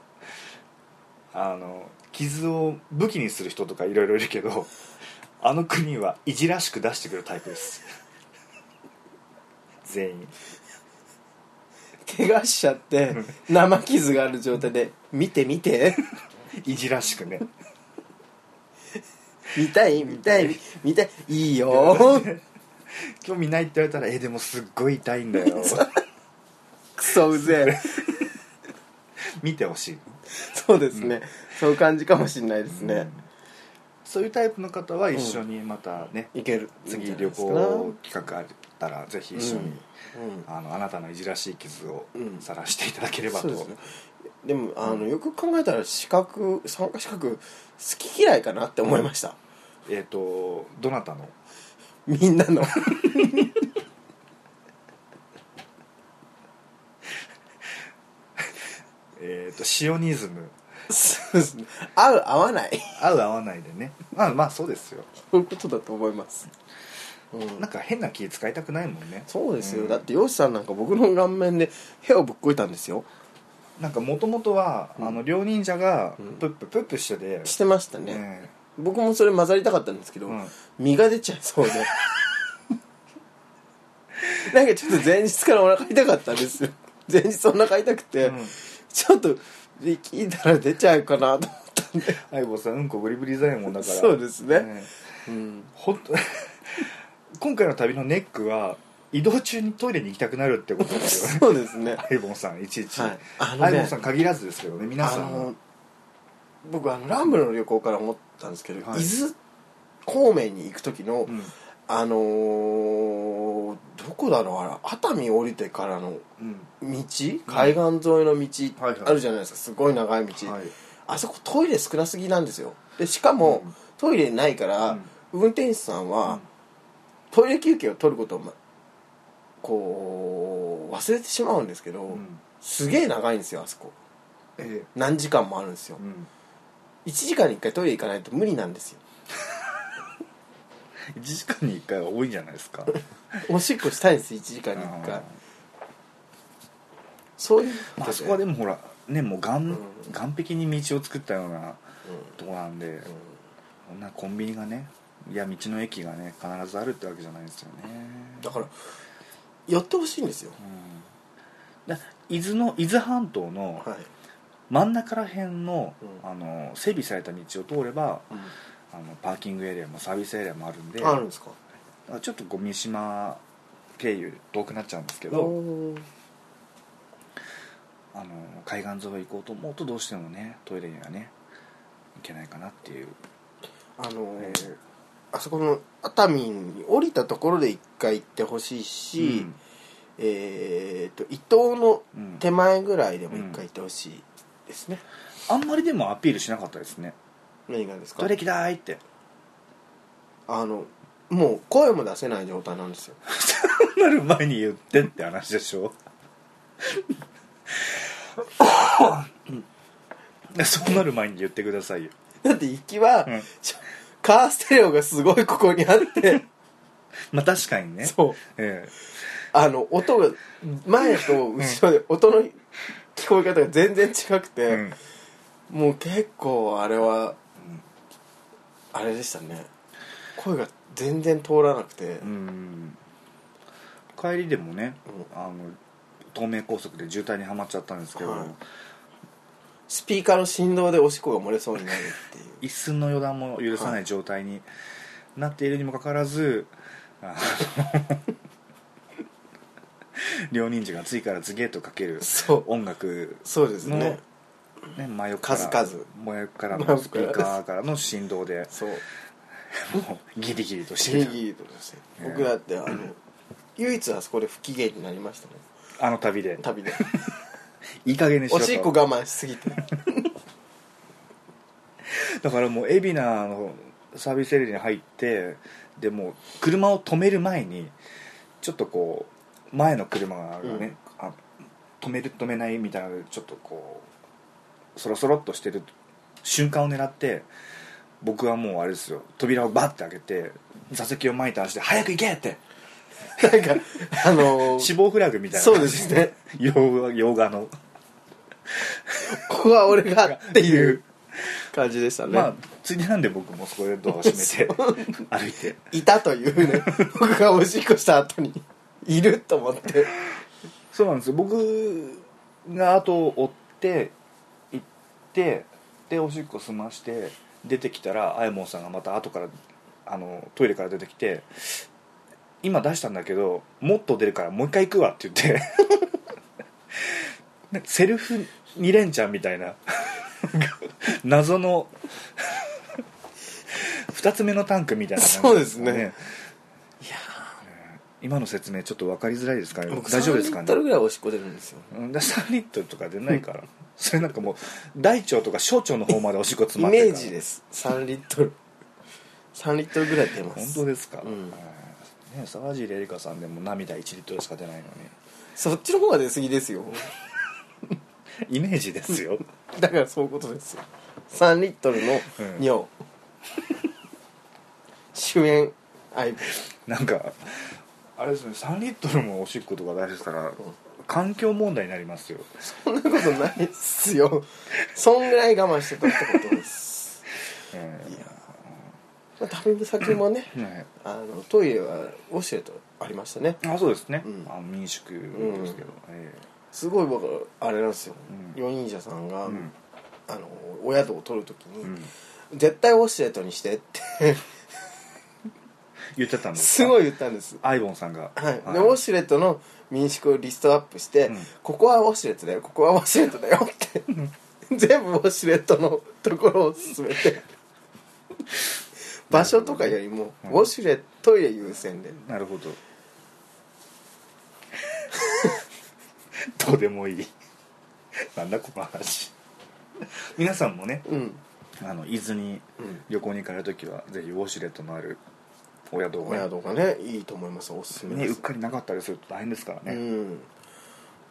B: あの傷を武器にする人とかいろいろいるけどあの国はいじらしく出してくるタイプです全員
A: 怪我しちゃって生傷がある状態で「見て見て
B: いじらしくね
A: 見たい見たい見たいいいよ
B: 興味ないって言われたらえでもすっごい痛いんだよ
A: クソうぜえ
B: 見てほしい」
A: そうですね、そういう感じかもしれないですね、
B: そういうタイプの方は一緒にまたね、
A: いける
B: 次旅行企画あったらぜひ一緒に、
A: うん
B: あのあなたのいじらしい傷を
A: うん
B: さらしていただければと、
A: そうですねでもあのよく考えたら資格参加資格好き嫌いかなって思いました、
B: えっ、とどなたの
A: みんなの
B: えっ、とシオニズム
A: そうですね合う合わない
B: 合う合わないでねまあまあそうですよ
A: そういうことだと思います、うん、
B: なんか変な気使いたくないもんね
A: そうですよ、
B: うん
A: だって漁師さんなんか僕の顔面で部屋をぶっこいたんですよ
B: なんかもともとは、
A: うん
B: あの両忍者が
A: うん
B: プッププップしてで、
A: してましたね、
B: ね
A: 僕もそれ混ざりたかったんですけど、
B: うん
A: 身が出ちゃいそうで なんかちょっと前日からお腹痛かったんですよ 前日お腹痛くて、
B: うん
A: ちょっと聞いたら出ちゃうかなと思ったんで
B: 相棒さんうんこグリブリザイモンだから
A: そうですね
B: え
A: うん
B: ほんと 今回の旅のネックは移動中にトイレに行きたくなるってことですよね
A: そうですね
B: アイボンさんいちいち、
A: はいあの
B: アイ
A: ね
B: ボンさん限らずですけどね皆
A: あ
B: さん
A: の僕あのランブルの旅行から思ったんですけど、
B: はい
A: 伊豆方面に行く時の、
B: うん
A: あのーどこだろうあれ熱海降りてからの
B: うん
A: 道海岸沿いの道
B: はいはい
A: あるじゃないですかすごい長い道、
B: はい
A: あそこトイレ少なすぎなんですよでしかも、
B: うん
A: トイレないから、運転手さんは、
B: うん
A: トイレ休憩を取ることを、ま、こう忘れてしまうんですけど、
B: うん
A: すげえ長いんですよあそこ
B: え
A: 何時間もあるんですよ、
B: えうん
A: 1時間に1回トイレ行かないと無理なんですよ
B: 1時間に1回は多いんじゃないで すか
A: おしっこしたいんです1時間に1回そういう
B: あーあそこはで
A: も、
B: もほらねもう岩
A: ん
B: 岩壁に道を作ったような
A: うん
B: とこなんで
A: うん
B: こんなコンビニがねいや道の駅がね必ずあるってわけじゃないですよね
A: だから寄ってほしいんですよ
B: だ伊豆の伊豆半島の
A: はい、
B: 真ん中ら辺の,、
A: うん
B: あの整備された道を通ればあのパーキングエリアもサービスエリアもあるんで
A: あるんですか
B: あちょっとこう三島経由遠くなっちゃうんですけど
A: おー
B: あの海岸沿い行こうと思うとどうしてもねトイレにはね行けないかなっていう、
A: あのー
B: えー
A: あそこの熱海に降りたところで一回行ってほしいし、えー、と伊東の
B: うんうん
A: 手前ぐらいでも一回行ってほしいですね、
B: あんまりでもアピールしなかったですね
A: 何がです
B: 「
A: か
B: トイレ行きだーい!」って
A: あのもう声も出せない状態なんですよ
B: なる前に言ってって話でしょそうなる前に言ってくださいよ、
A: だって行きは、
B: うん
A: ちょカーステレオがすごいここにあって
B: まあ確かにね
A: そう
B: え
A: あの音が前と後ろで音の聞こえ方が全然違く
B: え
A: て、もう結構あれはあれでしたね声が全然通らなくて、
B: うん、うん帰りでもね、
A: う
B: あの東名高速で渋滞にはまっちゃったんですけど、
A: はいスピーカーの振動でおしっこが漏れそうになるっていう
B: 一寸の予断も許さない状態になっているにもかかわらず、あの 両人数が次から次へとかける
A: そう
B: 音楽
A: そうです
B: の、
A: ね
B: ね、真横から
A: 数々
B: 真横からのスピーカーからの振動で
A: そう
B: もうギリギリとし
A: ギリ
B: て
A: ギリとして
B: ね
A: 僕だってあの唯一あそこで不機嫌になりましたね
B: あの旅 で
A: 旅で
B: いい加減にしろ
A: お
B: と
A: しっこ我慢しす ぎて
B: だからもう海老名のサービスエリアに入ってでもう車を止める前にちょっとこう前の車がね、あ止める止めないみたいなのでちょっとこうそろそろっとしてる瞬間を狙って僕はもうあれですよ扉をバッて開けて座席を前に倒して「早く行け!」って
A: なんかあの
B: 死
A: ー
B: 亡フラグみたいな
A: そうですね
B: 洋画 洋画の
A: ここは俺がってい
B: っ
A: う感じでしたね、
B: まあついでなんで僕もそこでドアを閉めて歩いて
A: いたという ね僕がおしっこした後にいると思って
B: そうなんですよ僕が後を追って行ってでおしっこ済まして出てきたらあやもんさんがまた後からあのトイレから出てきて「今出したんだけどもっと出るからもう一回行くわ」って言って なんかセルフ2連チャンみたいな 謎の2つ目のタンクみたいな感じ
A: そうですね
B: いや今の説明ちょっと分かりづらいですかね
A: 僕
B: 大丈夫ですか
A: 3
B: ね
A: リットルぐらいおしっこ出るんですよ
B: うんで3リットルとか出ないから それなんかもう大腸とか小腸の方までおしっこ
A: イ
B: 詰まって
A: メ
B: る
A: ー
B: から
A: ジです3リットル3リットルぐらい出ます
B: 本当ですか、
A: うん
B: うんね沢尻エリカさんでも涙1リットルしか出ないの
A: そっちの方が出過ぎですよ
B: にイメージです よ
A: だからそういうことですよ3リットルの尿、主演相棒
B: なんかあれですね3リットルもおしっことか出したら環境問題になりますよ
A: そんなことないっすよそんぐらい我慢してたってことです、
B: え
A: まあ、旅先もね
B: えね
A: あのトイレはウォシュレットありましたね
B: あそうですね、
A: うん
B: あの民宿ですけど、え
A: すごい僕あれなんですよ
B: うん
A: 四人者さんが、
B: えうん
A: あのお宿を取るときに、
B: うん
A: 絶対ウォシュレットにしてって
B: 言ってたんです
A: すご
B: い
A: い言ったんです
B: アイボンさんが
A: はい、
B: はい
A: でウォシュレットの民宿をリストアップして、
B: うん
A: ここはウォシュレットだよここはウォシュレットだよって全部ウォシュレットのところを進めて場所とかよりも、
B: うん
A: ウォシュレットトイレ優先で
B: なるほど どうでもいいなんだこの話皆さんもね
A: うん
B: あの伊豆に
A: うん
B: 旅行に行かれる時はぜひウォシュレットのあるお宿を
A: お
B: ね
A: 宿がねいいと思いますおすすめ
B: ね
A: で
B: うっ
A: す、
B: かりなかったりすると大変ですから
A: う
B: ね、
A: ん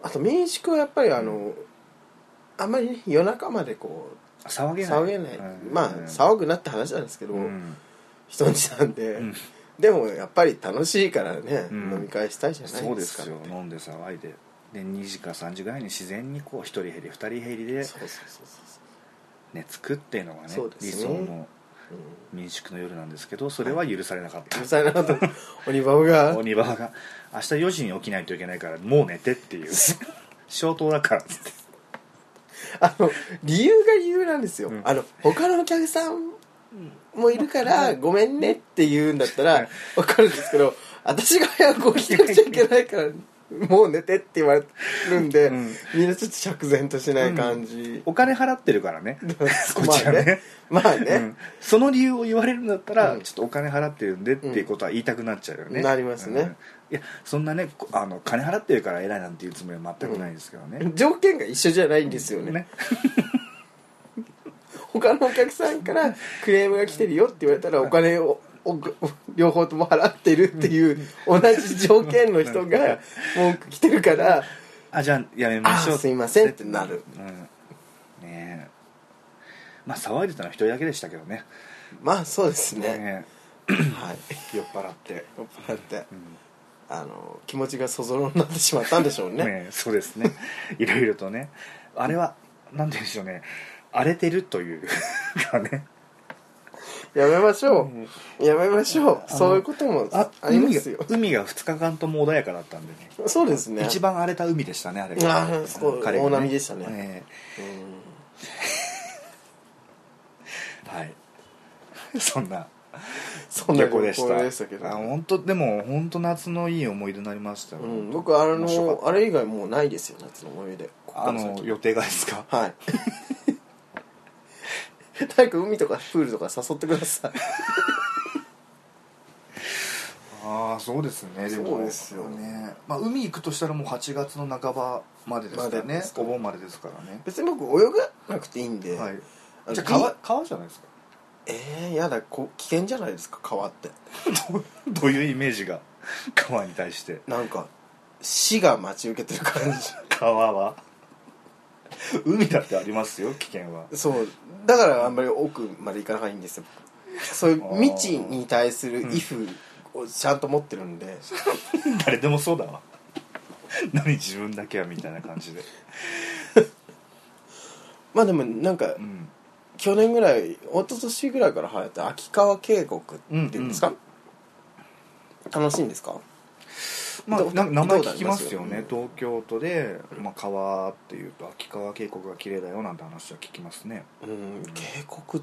A: あと民宿はやっぱりあの、あんまりね夜中までこう
B: 騒げない
A: 騒げない、
B: うん
A: まあ
B: うん
A: 騒ぐなって話なんですけど、
B: うん
A: 人んちなんで、
B: うん
A: でもやっぱり楽しいからね、
B: うん
A: 飲み会したいじゃな
B: そ
A: いう
B: で
A: ですか
B: すよ飲んで騒いでで2時か3時ぐらいに自然にこう1人減り2人減りで
A: そうそうそうそ
B: 寝つくっていうのがね
A: そうですね
B: 理想の
A: う、
B: 民宿の夜なんですけどそれは許されなかった
A: うん、うるさいなと鬼バオが
B: お庭が明日4時に起きないといけないからもう寝てって いう消灯だからっつって
A: あの理由が理由なんですよ、
B: うん
A: あの他のお客さんもいるからごめんねって言うんだったらわかるんですけど私が早く起きなくちゃいけないからもう寝てって言われるんで、
B: うん
A: みんなちょっと釈然としない感じ、
B: お金払ってるからねこ
A: ま
B: っち
A: あ
B: は
A: ね
B: ね,、
A: まあ
B: う
A: ね
B: ん、その理由を言われるんだったら、
A: うん
B: ちょっとお金払ってるんでっていうことは言いたくなっちゃうよ
A: う
B: ね、
A: んなりますね
B: うんいやそんなねこあの金払ってるから偉いなんていうつもりは全くないですけどね、
A: 条件が一緒じゃないんですよね
B: ね
A: 他のお客さんからクレームが来てるよって言われたらお金をお両方とも払ってるっていう同じ条件の人が文句来てるから
B: あじゃあやめ
A: 「
B: ま
A: あ
B: しょう
A: あすいません」ってなる
B: うん、ねえまあ騒いでたのは一人だけでしたけどね
A: まあそうですね
B: ね
A: はい
B: え酔っ払って、
A: 酔っ払って
B: うん
A: あの気持ちがそぞろになってしまったんでしょうね
B: ねそうですねいろいろとねあれは何て言うんでしょうね荒れてるというかね
A: やめましょうやめましょうそういうこともありますよ
B: 海が海が2日間とも穏やかだったんでね
A: そうですね
B: 一番荒れた海でしたねあれ
A: あーそう
B: 彼が
A: 大波でしたねう
B: え
A: ん
B: えはいそんな
A: そんな
B: 逆
A: 旅
B: で
A: 行
B: した
A: でしたけど、
B: あ本当でも本当夏のいい思い出になりましたよ、
A: うん、僕あ
B: 面白かっ
A: のあれ以外もうないですよ夏の思い出こっか
B: あ
A: ら先
B: の予定がですか
A: はい 誰か海とかプールとか誘ってください
B: ああそうですねも
A: そうですよ
B: ね、まあ、海行くとしたらもう8月の半ばまでですから
A: までで
B: ね
A: すか
B: お盆までですからね
A: 別に僕泳がなくていいんで、
B: はい
A: あの
B: じゃあ
A: ビー
B: 川川じゃないですか
A: えー、やだこ危険じゃないですか川って
B: どういうイメージが川に対して
A: なんか死が待ち受けてる感
B: 川は海だってありますよ危険は
A: じそうだからあんまり奥まで行かないんですよそういう未知に対するイフをちゃんと持ってるんで、
B: 誰でもそうだわ 何自分だけはみたいな感じで
A: まあでもなんか
B: うん
A: 去年ぐらい一昨年ぐらいから流行った秋川渓谷っていうんですか、
B: う
A: 楽しいんですか
B: まあ、
A: ど
B: な名前
A: ど
B: 聞きま
A: うなります
B: す
A: よ
B: よね
A: うん
B: 東京都で、まあ、川っていうと秋川渓谷が綺麗だよなんて話は聞きますね
A: うん渓谷っ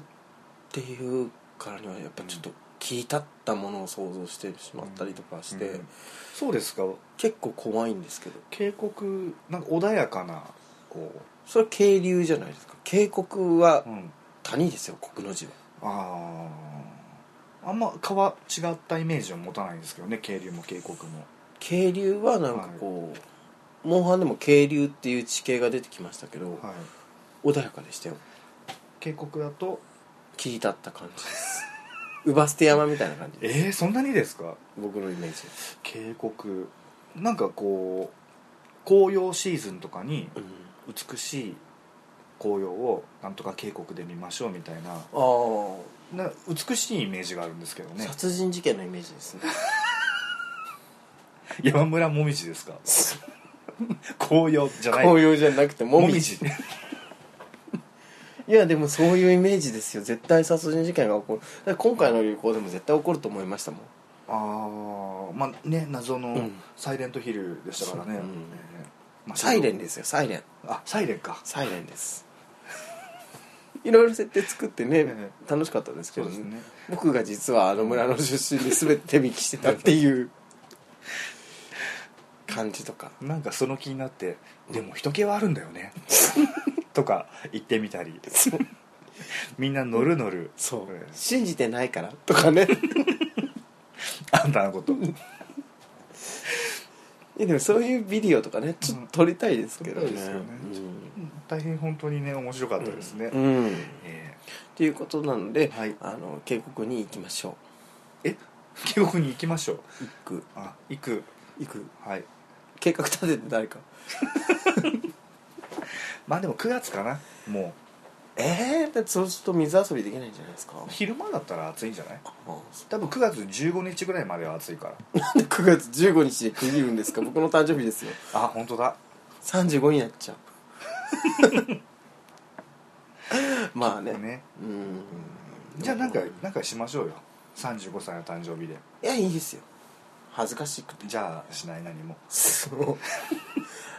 A: ていうからにはやっぱちょっと切り立ったものを想像してしまったりとかして、
B: うんそうですか
A: 結構怖いんですけど
B: 渓谷なんか穏やかなこ
A: それは渓流じゃないですか渓谷は
B: う、うん、
A: 谷ですよ国の字は
B: あああんま川違ったイメージを持たないんですけどね渓流も渓谷も
A: 渓流はなんかこう、モンハンでも渓流っていう地形が出てきましたけど、
B: はい
A: 穏やかでしたよ
B: 渓谷だと
A: 切り立った感じです ウバステ山みたいな感じです
B: えー、そんなにですか
A: 僕のイメージです、
B: 渓谷なんかこう紅葉シーズンとかに
A: うん、
B: 美しい紅葉をなんとか渓谷で見ましょうみたいな
A: あ
B: な美しいイメージがあるんですけど
A: あ、
B: ね
A: 殺人事件のイメージですね
B: 山村もみじですか紅葉じゃ ない
A: 紅葉じゃなくても
B: も
A: み
B: み
A: じ
B: じ
A: いやでもそういうイメージですよ絶対殺人事件が起こるだから今回の旅行でも絶対起こると思いましたもん
B: ああまあね謎
A: う
B: の
A: ん
B: 「サイレントヒル」でしたからね、
A: そううん
B: えーまあ
A: サイレンですよサイレン
B: あサイレンか
A: サイレンです いろいろ設定作ってね、
B: え
A: 楽しかったですけ
B: そ
A: ど、
B: うですね
A: 僕が実はあの村の出身で全て手引きしてたっていう 感じとか
B: なんかその気になって「でも人気はあるんだよね」とか言ってみたり
A: そう
B: みんな乗る乗る、
A: そう
B: えー
A: 信じてないからとか ね
B: あんたのこと
A: いやでもそういうビデオとかねちょっと撮りたいですけどね,、
B: 撮りたいですよね大変本当にね面白かったですね、
A: うん、うんっ
B: え
A: ていうことなので、
B: はい
A: あの渓谷に行きましょ
B: ーえ渓谷に行きましょう
A: う行く
B: あ行く
A: 行く
B: はい
A: 計画立てて誰か
B: まあでも9月かなも
A: ええー、だってそうすると水遊びできないんじゃないですか
B: う昼間だったら暑いんじゃない
A: ああ
B: 多分9月15日ぐらいまでは暑いから
A: なんで9月15日で区切るんですか僕の誕生日ですよ
B: あ本当だ
A: 35になっち ゃうまあね
B: ね
A: うん
B: じゃあなんか
A: い
B: なんかしましょうよ35歳の誕生日で
A: やいいですよ恥ずかしくて
B: じゃあしない何も
A: そう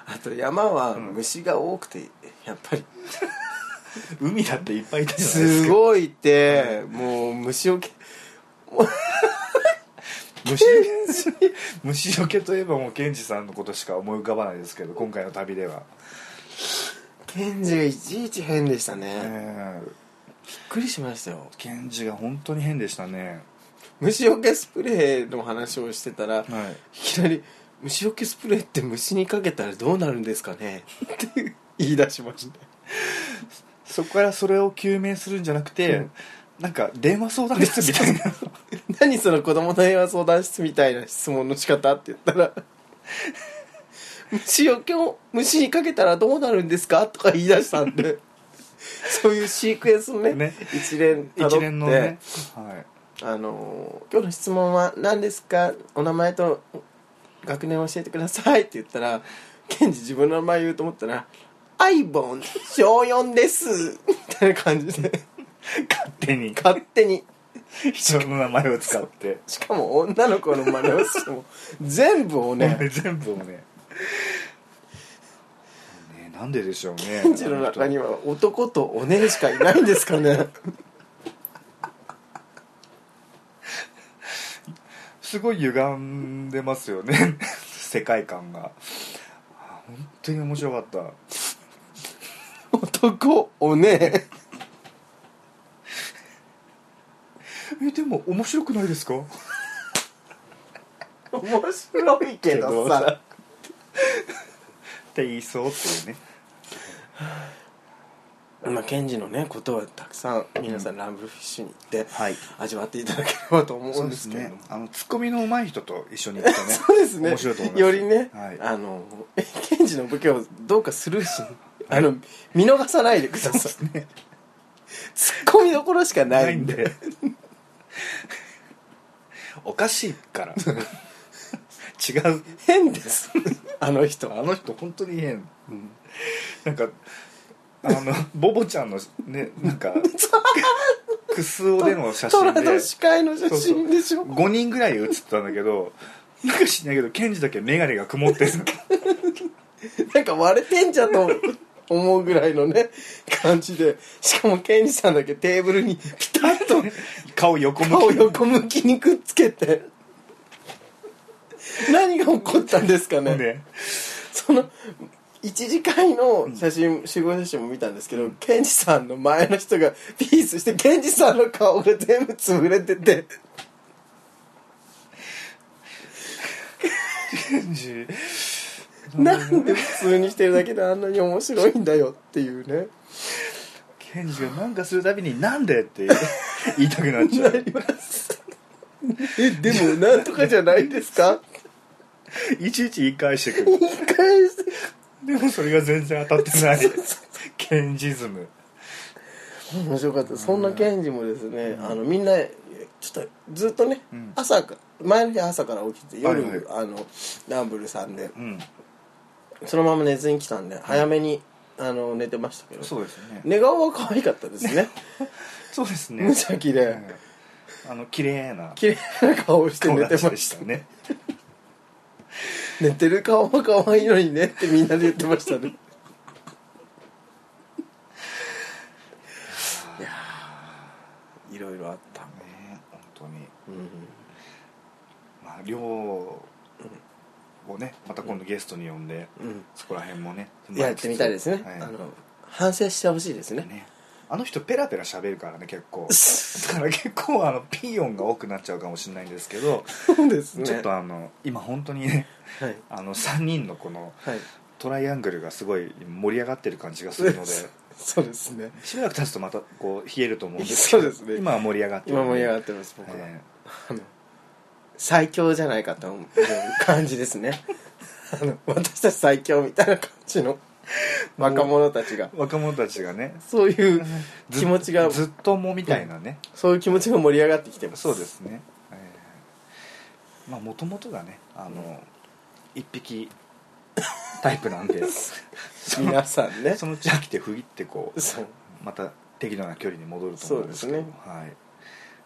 A: あと山は虫が多くてやっぱり
B: 海だっていっぱいいたじゃないです
A: す
B: か
A: ごいってもう虫をけ
B: 虫 虫よけといえばもうケンジさんのことしか思い浮かばないですけど今回の旅では、
A: ケンジがいちいち変でしたね、
B: えー
A: びっくりしましたよ
B: ケンジが本当に変でしたね
A: 虫よけスプレーの話をしてたら
B: はい
A: いきなり「虫よけスプレーって虫にかけたらどうなるんですかね?」って言い出しました
B: そこからそれを究明するんじゃなくて、
A: うん
B: なんか電話相談室みたいな
A: 何その子供の電話相談室みたいな質問の仕方って言ったら虫よけを虫にかけたらどうなるんですかとか言い出したんでそういうシークエンスをね
B: ね
A: 一連たどっ
B: 一
A: て
B: 連のね、はい、
A: あのー今日の質問は何ですかお名前と学年を教えてください」って言ったらケンジ自分の名前言うと思ったら「アイボン小4です」みたいな感じで
B: 勝手に
A: 勝手に
B: 人の名前を使って、
A: しかも女の子の真似をしても全部をね
B: 全部をねねなんででしょうね
A: ケンジの中には男とお姉しかいないんですかね
B: すごい歪んでますよね 世界観があ本当に面白かった
A: 男をね
B: えでも面白くないですか
A: 面白いけどさ
B: って言いそうっていうね
A: まあケンジのねことはたくさん皆さんランブルフィッシュに行って
B: はい
A: 味わっていただければと思
B: そううんで
A: ですすけれ
B: ね
A: ども
B: あのツッコミの上手い人と一緒に行くとね
A: そうですね
B: 面白いと思います
A: よりね、
B: はい
A: あのケンジの武器をどうかスルーしあの見逃さないでください
B: ね
A: ツッコミどころしかな
B: ないい
A: ん
B: ん
A: で
B: で おかしいから違う
A: 変ですあの人
B: あ
A: は、
B: の人本当に変
A: うん
B: なんかあのボボちゃんのねなんかくすおでの写真
A: 虎
B: で
A: の視界の写真でしょ
B: 5人ぐらい写ってたんだけどなんか知んないけどケンジだけ眼鏡が曇ってる
A: なんか割れてんじゃんと思うぐらいのね感じでしかもケンジさんだけテーブルにピタッと
B: 顔横
A: 顔
B: 向き
A: 横向きにくっつけて 何が起こったんですかね
B: ね
A: その一次会の写真、集合写真も見たんですけど、ケンジさんの前の人がピースしてケンジさんの顔が全部潰れてて
B: ケンジ
A: なんで普通にしてるだけであんなに面白いんだよっていうね
B: ケンジがなんかするたびに「なんで?」って言いたくなっちゃ
A: な
B: う
A: りますえでもなんとかじゃないですか
B: いちいち言い返してくる
A: 言い返す
B: でもそれが全然当たってないケンジズム
A: 面白かったそんなケンジもですね、あのみんなちょっとずっとね、
B: うん
A: 朝か前の日朝から起きて夜、
B: はい
A: あのランブルさんで
B: うん
A: そのまま寝ずに来たんで早めに、あの寝てましたけど
B: そうですね
A: 寝顔は可愛かったですね
B: そうです ね
A: 無邪気で
B: うんあの綺麗な
A: 綺麗な顔して
B: 顔
A: 寝て
B: 立
A: ま
B: ちで
A: し
B: したね
A: た寝てる顔は可愛いのにねってみんなで言ってま したねいやーいろいろあった、
B: ね本当に
A: うん
B: まあ量をねまた今度ゲストに呼んで、
A: うん
B: そこら辺もね
A: やってみたいですね、
B: はい
A: あの反省してほしいです ね
B: ねあの人ペラペラ喋るから ね結構だから結構あのピー音が多くなっちゃうかもしれないんですけど、
A: そうです
B: ちょっとあの今本当にね
A: はい、
B: あの3人のこの
A: はい、
B: トライアングルがすごい盛り上がってる感じがするので
A: そうですね
B: しばらく経つとまたこう冷えると思うんですけ
A: そ
B: ど
A: うですね
B: 今は盛り上がってる
A: 今盛り上が
B: っ
A: ってます僕は、
B: え
A: あの最強じゃないかと思う感じですね あの私たち最強みたいな感じの若者たちが
B: ー若者たちがね
A: そういう
B: ず
A: 気持ちが
B: ずっともみたいなね、
A: そういう気持ちが盛り上がってきてます
B: そうですね、えーまあもともとがねあの、一匹タイ プなんで
A: 皆さんね
B: そのうち飽きてふぎってこう
A: そう
B: また適度な距離に戻ると思うんですけど
A: そうです
B: はい、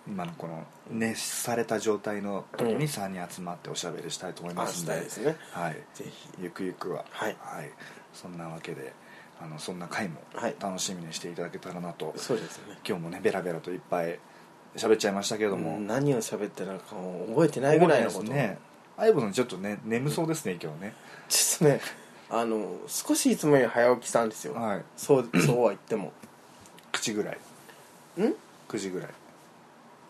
B: 今のこの熱された状態の時
A: うん
B: に3人集まっておしゃべりしたいと思い
A: 明
B: ます
A: 日
B: ので,、
A: ですね
B: はい、
A: ぜひ
B: ゆくゆくは、
A: はい
B: そんなわけであのそんな回も
A: はい
B: 楽しみにしていただけたらなと、
A: そうですね
B: 今日もねベラベラといっぱい喋っちゃいましたけれども、
A: うん何を喋ってたかもう覚えてないぐらいのこと
B: ですねあいぼさんちょっとね眠そうですね今日ね
A: ちょっとねあの少しいつもより早起きしたんですよ、
B: はい
A: そうそうは言っても
B: 9時ぐらい
A: ん
B: 9時ぐらい、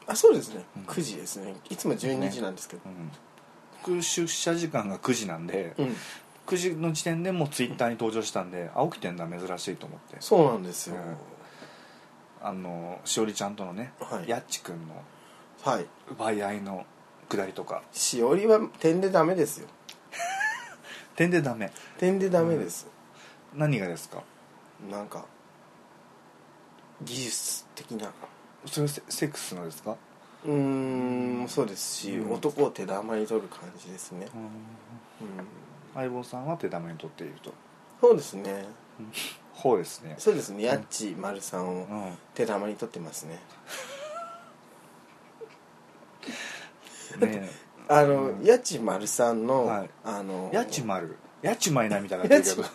A: あそうですね
B: うん
A: 9時ですねいつも12時なんですけど、
B: うん、僕出社時間が9時なんで、
A: うん
B: 9時の時点でもうツイッターに登場したんで、あ起きてんだ珍しいと思って
A: そうなんですよ、
B: うんあのしおりちゃんとのね、
A: はい
B: やっちくんの
A: はい
B: 奪い合いのくだりとか
A: しおりは点でダメですよ
B: 点でダメ
A: 点でダメです、
B: 何がですか
A: なんか技術的な
B: それはセセックスのですか
A: うーんそうですし、
B: うん
A: 男を手玉に取る感じですね、うん、
B: 相棒さんは手玉に取っていると
A: そうですね
B: ほうですね
A: そうですねやっち丸さんを
B: うん
A: 手玉に取ってますね
B: ね
A: あの、やちまるさんの、
B: はい
A: あ の
B: やちまるやちまいなみたいにな
A: や
B: ってる
A: ち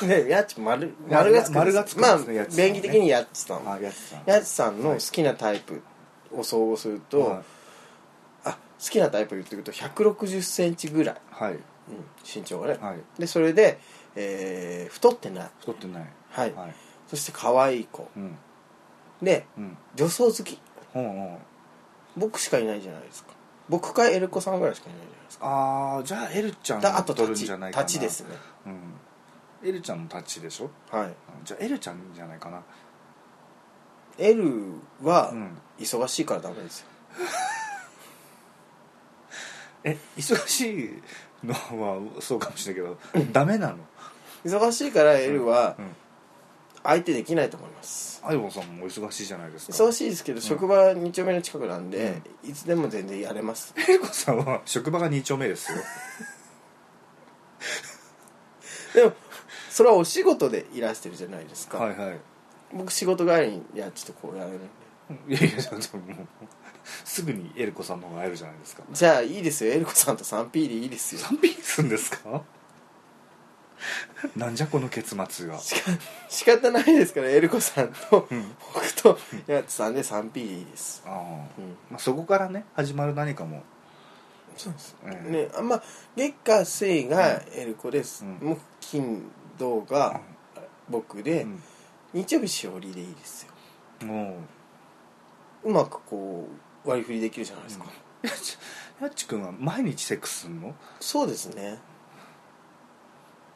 B: け ど
A: ねやちまる
B: や
A: 丸がつく
B: 丸がつくんですね
A: まあ
B: やちさんね
A: 便宜的にやっちさん
B: あやちさん
A: やちさんの好きなタイプを総合すると、
B: はい
A: あ好きなタイプ言ってくると1 6 0ンチぐらい、
B: はい
A: うん、身長がね、
B: はい
A: でそれで、えー太ってない、
B: 太ってない
A: はい
B: はい
A: そして可愛い子
B: うん
A: で
B: うん
A: 女装好き
B: ほうほう
A: 僕しかいないじゃないですか僕かエルコさんぐらいしかいないじゃないですか
B: ああじゃあエルちゃん
A: だあと
B: 取るん
A: 立ち
B: じゃないかな
A: 立ちですね
B: うんエルちゃんもタッチでしょ
A: はい
B: じゃあエルちゃんじゃないかな
A: L は
B: うん
A: 忙しいからダメですよ、
B: え忙しいのはそうかもしれないけどダメなの
A: 忙しいから L は
B: うん
A: 相手できないと思います、
B: アイボンさんもお忙しいじゃないですか
A: 忙しいですけど職場2丁目の近くなんで、いつでも全然やれます
B: エルコさんは職場が2丁目ですよ
A: でもそれはお仕事でいらしてるじゃないですか、
B: はいはい
A: 僕仕事帰りにいやちょっとこうやれるんで
B: いやいやちょっともうすぐにエルコさんの方が会えるじゃないですか
A: じゃあいいですよエルコさんと 3P でいいですよ
B: 3ピースんですかなんじゃこの結末 が
A: しか仕方ないですからエルコさんと
B: うん
A: 僕とやつさんで 3P でいいです、
B: ああ、
A: うん
B: まあ、そこからね始まる何かも、
A: そうです
B: うん
A: ねあんま月下水がエルコです、
B: うん
A: もう金土が僕で、日曜日しおりでいいですよ
B: うん、も
A: うまくこう割り振りできるじゃないですか、
B: うんうやっちくんは毎日セックスすんの
A: そうですね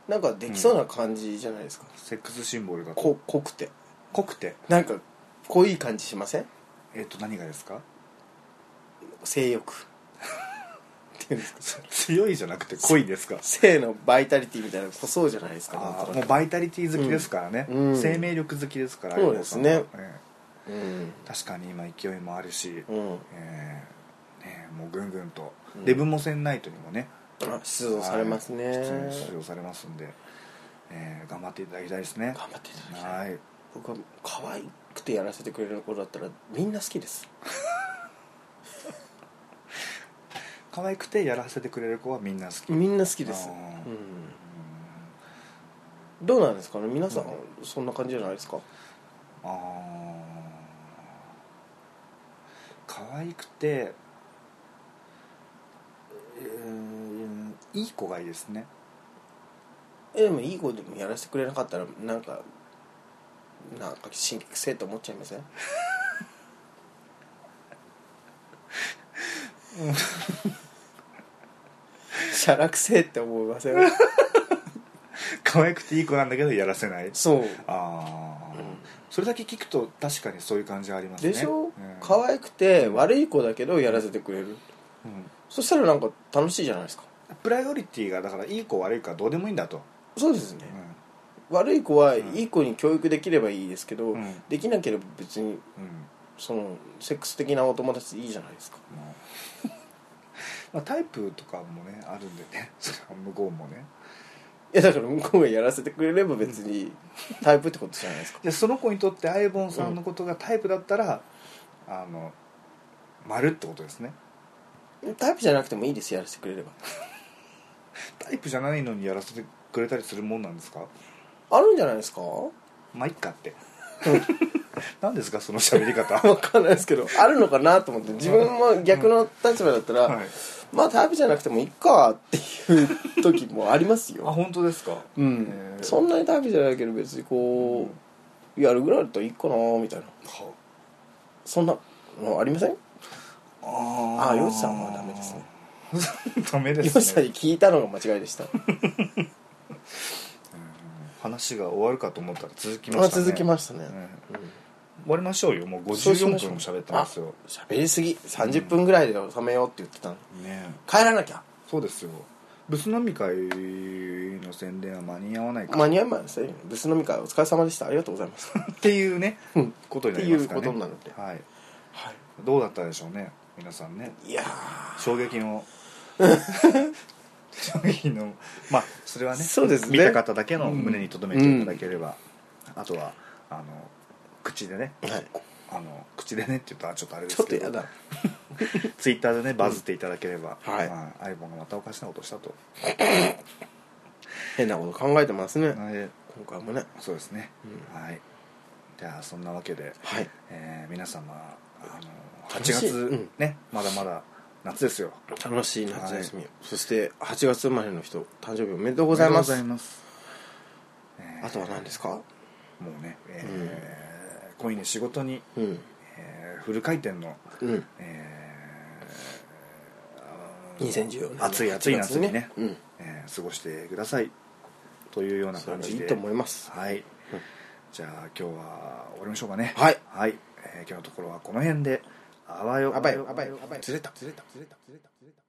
A: なんかできそうな感じじゃないですか、
B: セックスシンボルが
A: こ濃くて
B: 濃くて
A: なんか濃い感じしません
B: えっ、と何がですか
A: 性欲 っていうんですか
B: 強いじゃなくて濃いですか
A: 性のバイタリティみたいなの濃そうじゃないですかなん
B: あ
A: と
B: あ
A: な
B: もう
A: く
B: バイタリティ好きですからね、
A: うん
B: 生命力好きですから
A: そうですね
B: エルコさんはえ
A: うん
B: え確かに今勢いもあるし、
A: うん
B: ええねえもうぐんぐんと、
A: うん
B: デブモセンナイトにもね
A: あ出動されますね、
B: はい
A: 頑
B: 出場されますんで、えー頑張っていただきたいですね
A: 張っていただきたい
B: はい
A: 僕は可愛くてやらせてくれる子だったらみんな好きです
B: 可愛くてやらせてくれる子はみんな好き、うん
A: みんな好きです、
B: あー
A: うん、どうなんですかね皆さん、そんな感じじゃないですか
B: あー可愛くて、えーいい子がいいですね
A: えでもいい子でもやらせてくれなかったらなんかなんか神経癖と思っちゃいま せんシャラくせえって思いません
B: 可愛くていい子なんだけどやらせない
A: そう
B: ああ、
A: うん
B: それだけ聞くと確かにそういう感じありますね
A: でしょ、
B: うん
A: 可愛くて悪い子だけどやらせてくれる、
B: うん
A: そしたらなんか楽しいじゃないですか
B: プライオリティがだからいい子悪い子はどうでもいいんだと、
A: そうですね
B: う、ん
A: 悪い子は
B: うん
A: いい子に教育できればいいですけど、
B: うん
A: できなければ別に
B: うん
A: そのセックス的なお友達でいいじゃないですか
B: まあ まあ、タイプとかもねあるんでねそれは向こうもね
A: いやだから向こうがやらせてくれれば別にタイプってことじゃないですか
B: でその子にとってアイボンさんのことがタイプだったら、あの丸ってことですね
A: タイプじゃなくてもいいですやらせてくれれば
B: タイプじゃないのにやらせてくれたりするもんなんですか
A: あるんじゃないですか
B: まあいっかって 何ですかその喋り 方
A: 分かんないですけどあるのかなと思って自分も逆の立場だったら、
B: はい
A: まあタイプじゃなくてもいいかっていう時もあります
B: あ
A: よ、
B: 本当ですか
A: うん
B: え、ー
A: そんなにタイプじゃないけど別にこう、やるぐらいだったらいいかなみたいな
B: は
A: そんなのありません
B: あ
A: ああヨシさんはダメです ね
B: ダメで
A: ヨ
B: す
A: シ
B: ね
A: さんに聞いたのが間違いでした
B: 話が終わるかと思ったら続きま
A: あ
B: したね
A: 続きましたね、
B: うん
A: うん
B: 終わりましょうよもう
A: そうし
B: 54
A: ましょう
B: 分も喋ってますよ
A: あ喋りすぎ30分ぐらいで収めようって言ってたの、
B: ね
A: 帰らなきゃ
B: そうですよブス飲み会の宣伝は間に合わないか
A: 間に合いませんよブス飲み会お疲れ様でしたありがとうございます
B: っていうね
A: うん
B: ことになりますかね
A: っていうことになるんで
B: はい、
A: は
B: どうだったでしょうね皆さんね
A: いいや
B: 衝 撃の衝撃のまあそれはね
A: そうですね
B: 見た方だけの胸に留めていただければ、あとはあの口でね
A: ーはい
B: あの口でねって言ったらちょっとあれで
A: ちょっ
B: す
A: と
B: けど
A: やだ
B: ツイッターでねバズっていただければ、
A: うんはい
B: まあ、アイボンがまたおかしなことしたと、
A: 変なこと考えてますね
B: はい
A: 今回もね
B: そうですね、
A: う
B: はいじゃあそんなわけで、
A: はい
B: えー皆様あの8
A: 楽しい
B: 月
A: うん
B: ね、まだまだ夏ですよ
A: 楽しい夏休みを、そして8月生まれの人誕生日おめでとうございます
B: あ
A: あ
B: りがとうございますえー
A: とは何ですか
B: もうね、えー恋に仕事に、
A: うん
B: えーフル回転の、
A: うん
B: えー
A: 2014年
B: 暑い暑い夏にね、
A: うん
B: えー過ごしてくださいというような
A: それ
B: 感
A: が
B: じ
A: い
B: で
A: いと思います
B: はい、じゃあ今日は終わりましょうかね
A: はい、
B: はいえー今日のところはこの辺であわよ
A: あばよあばよあばよずれたずれたずれたずれたずれた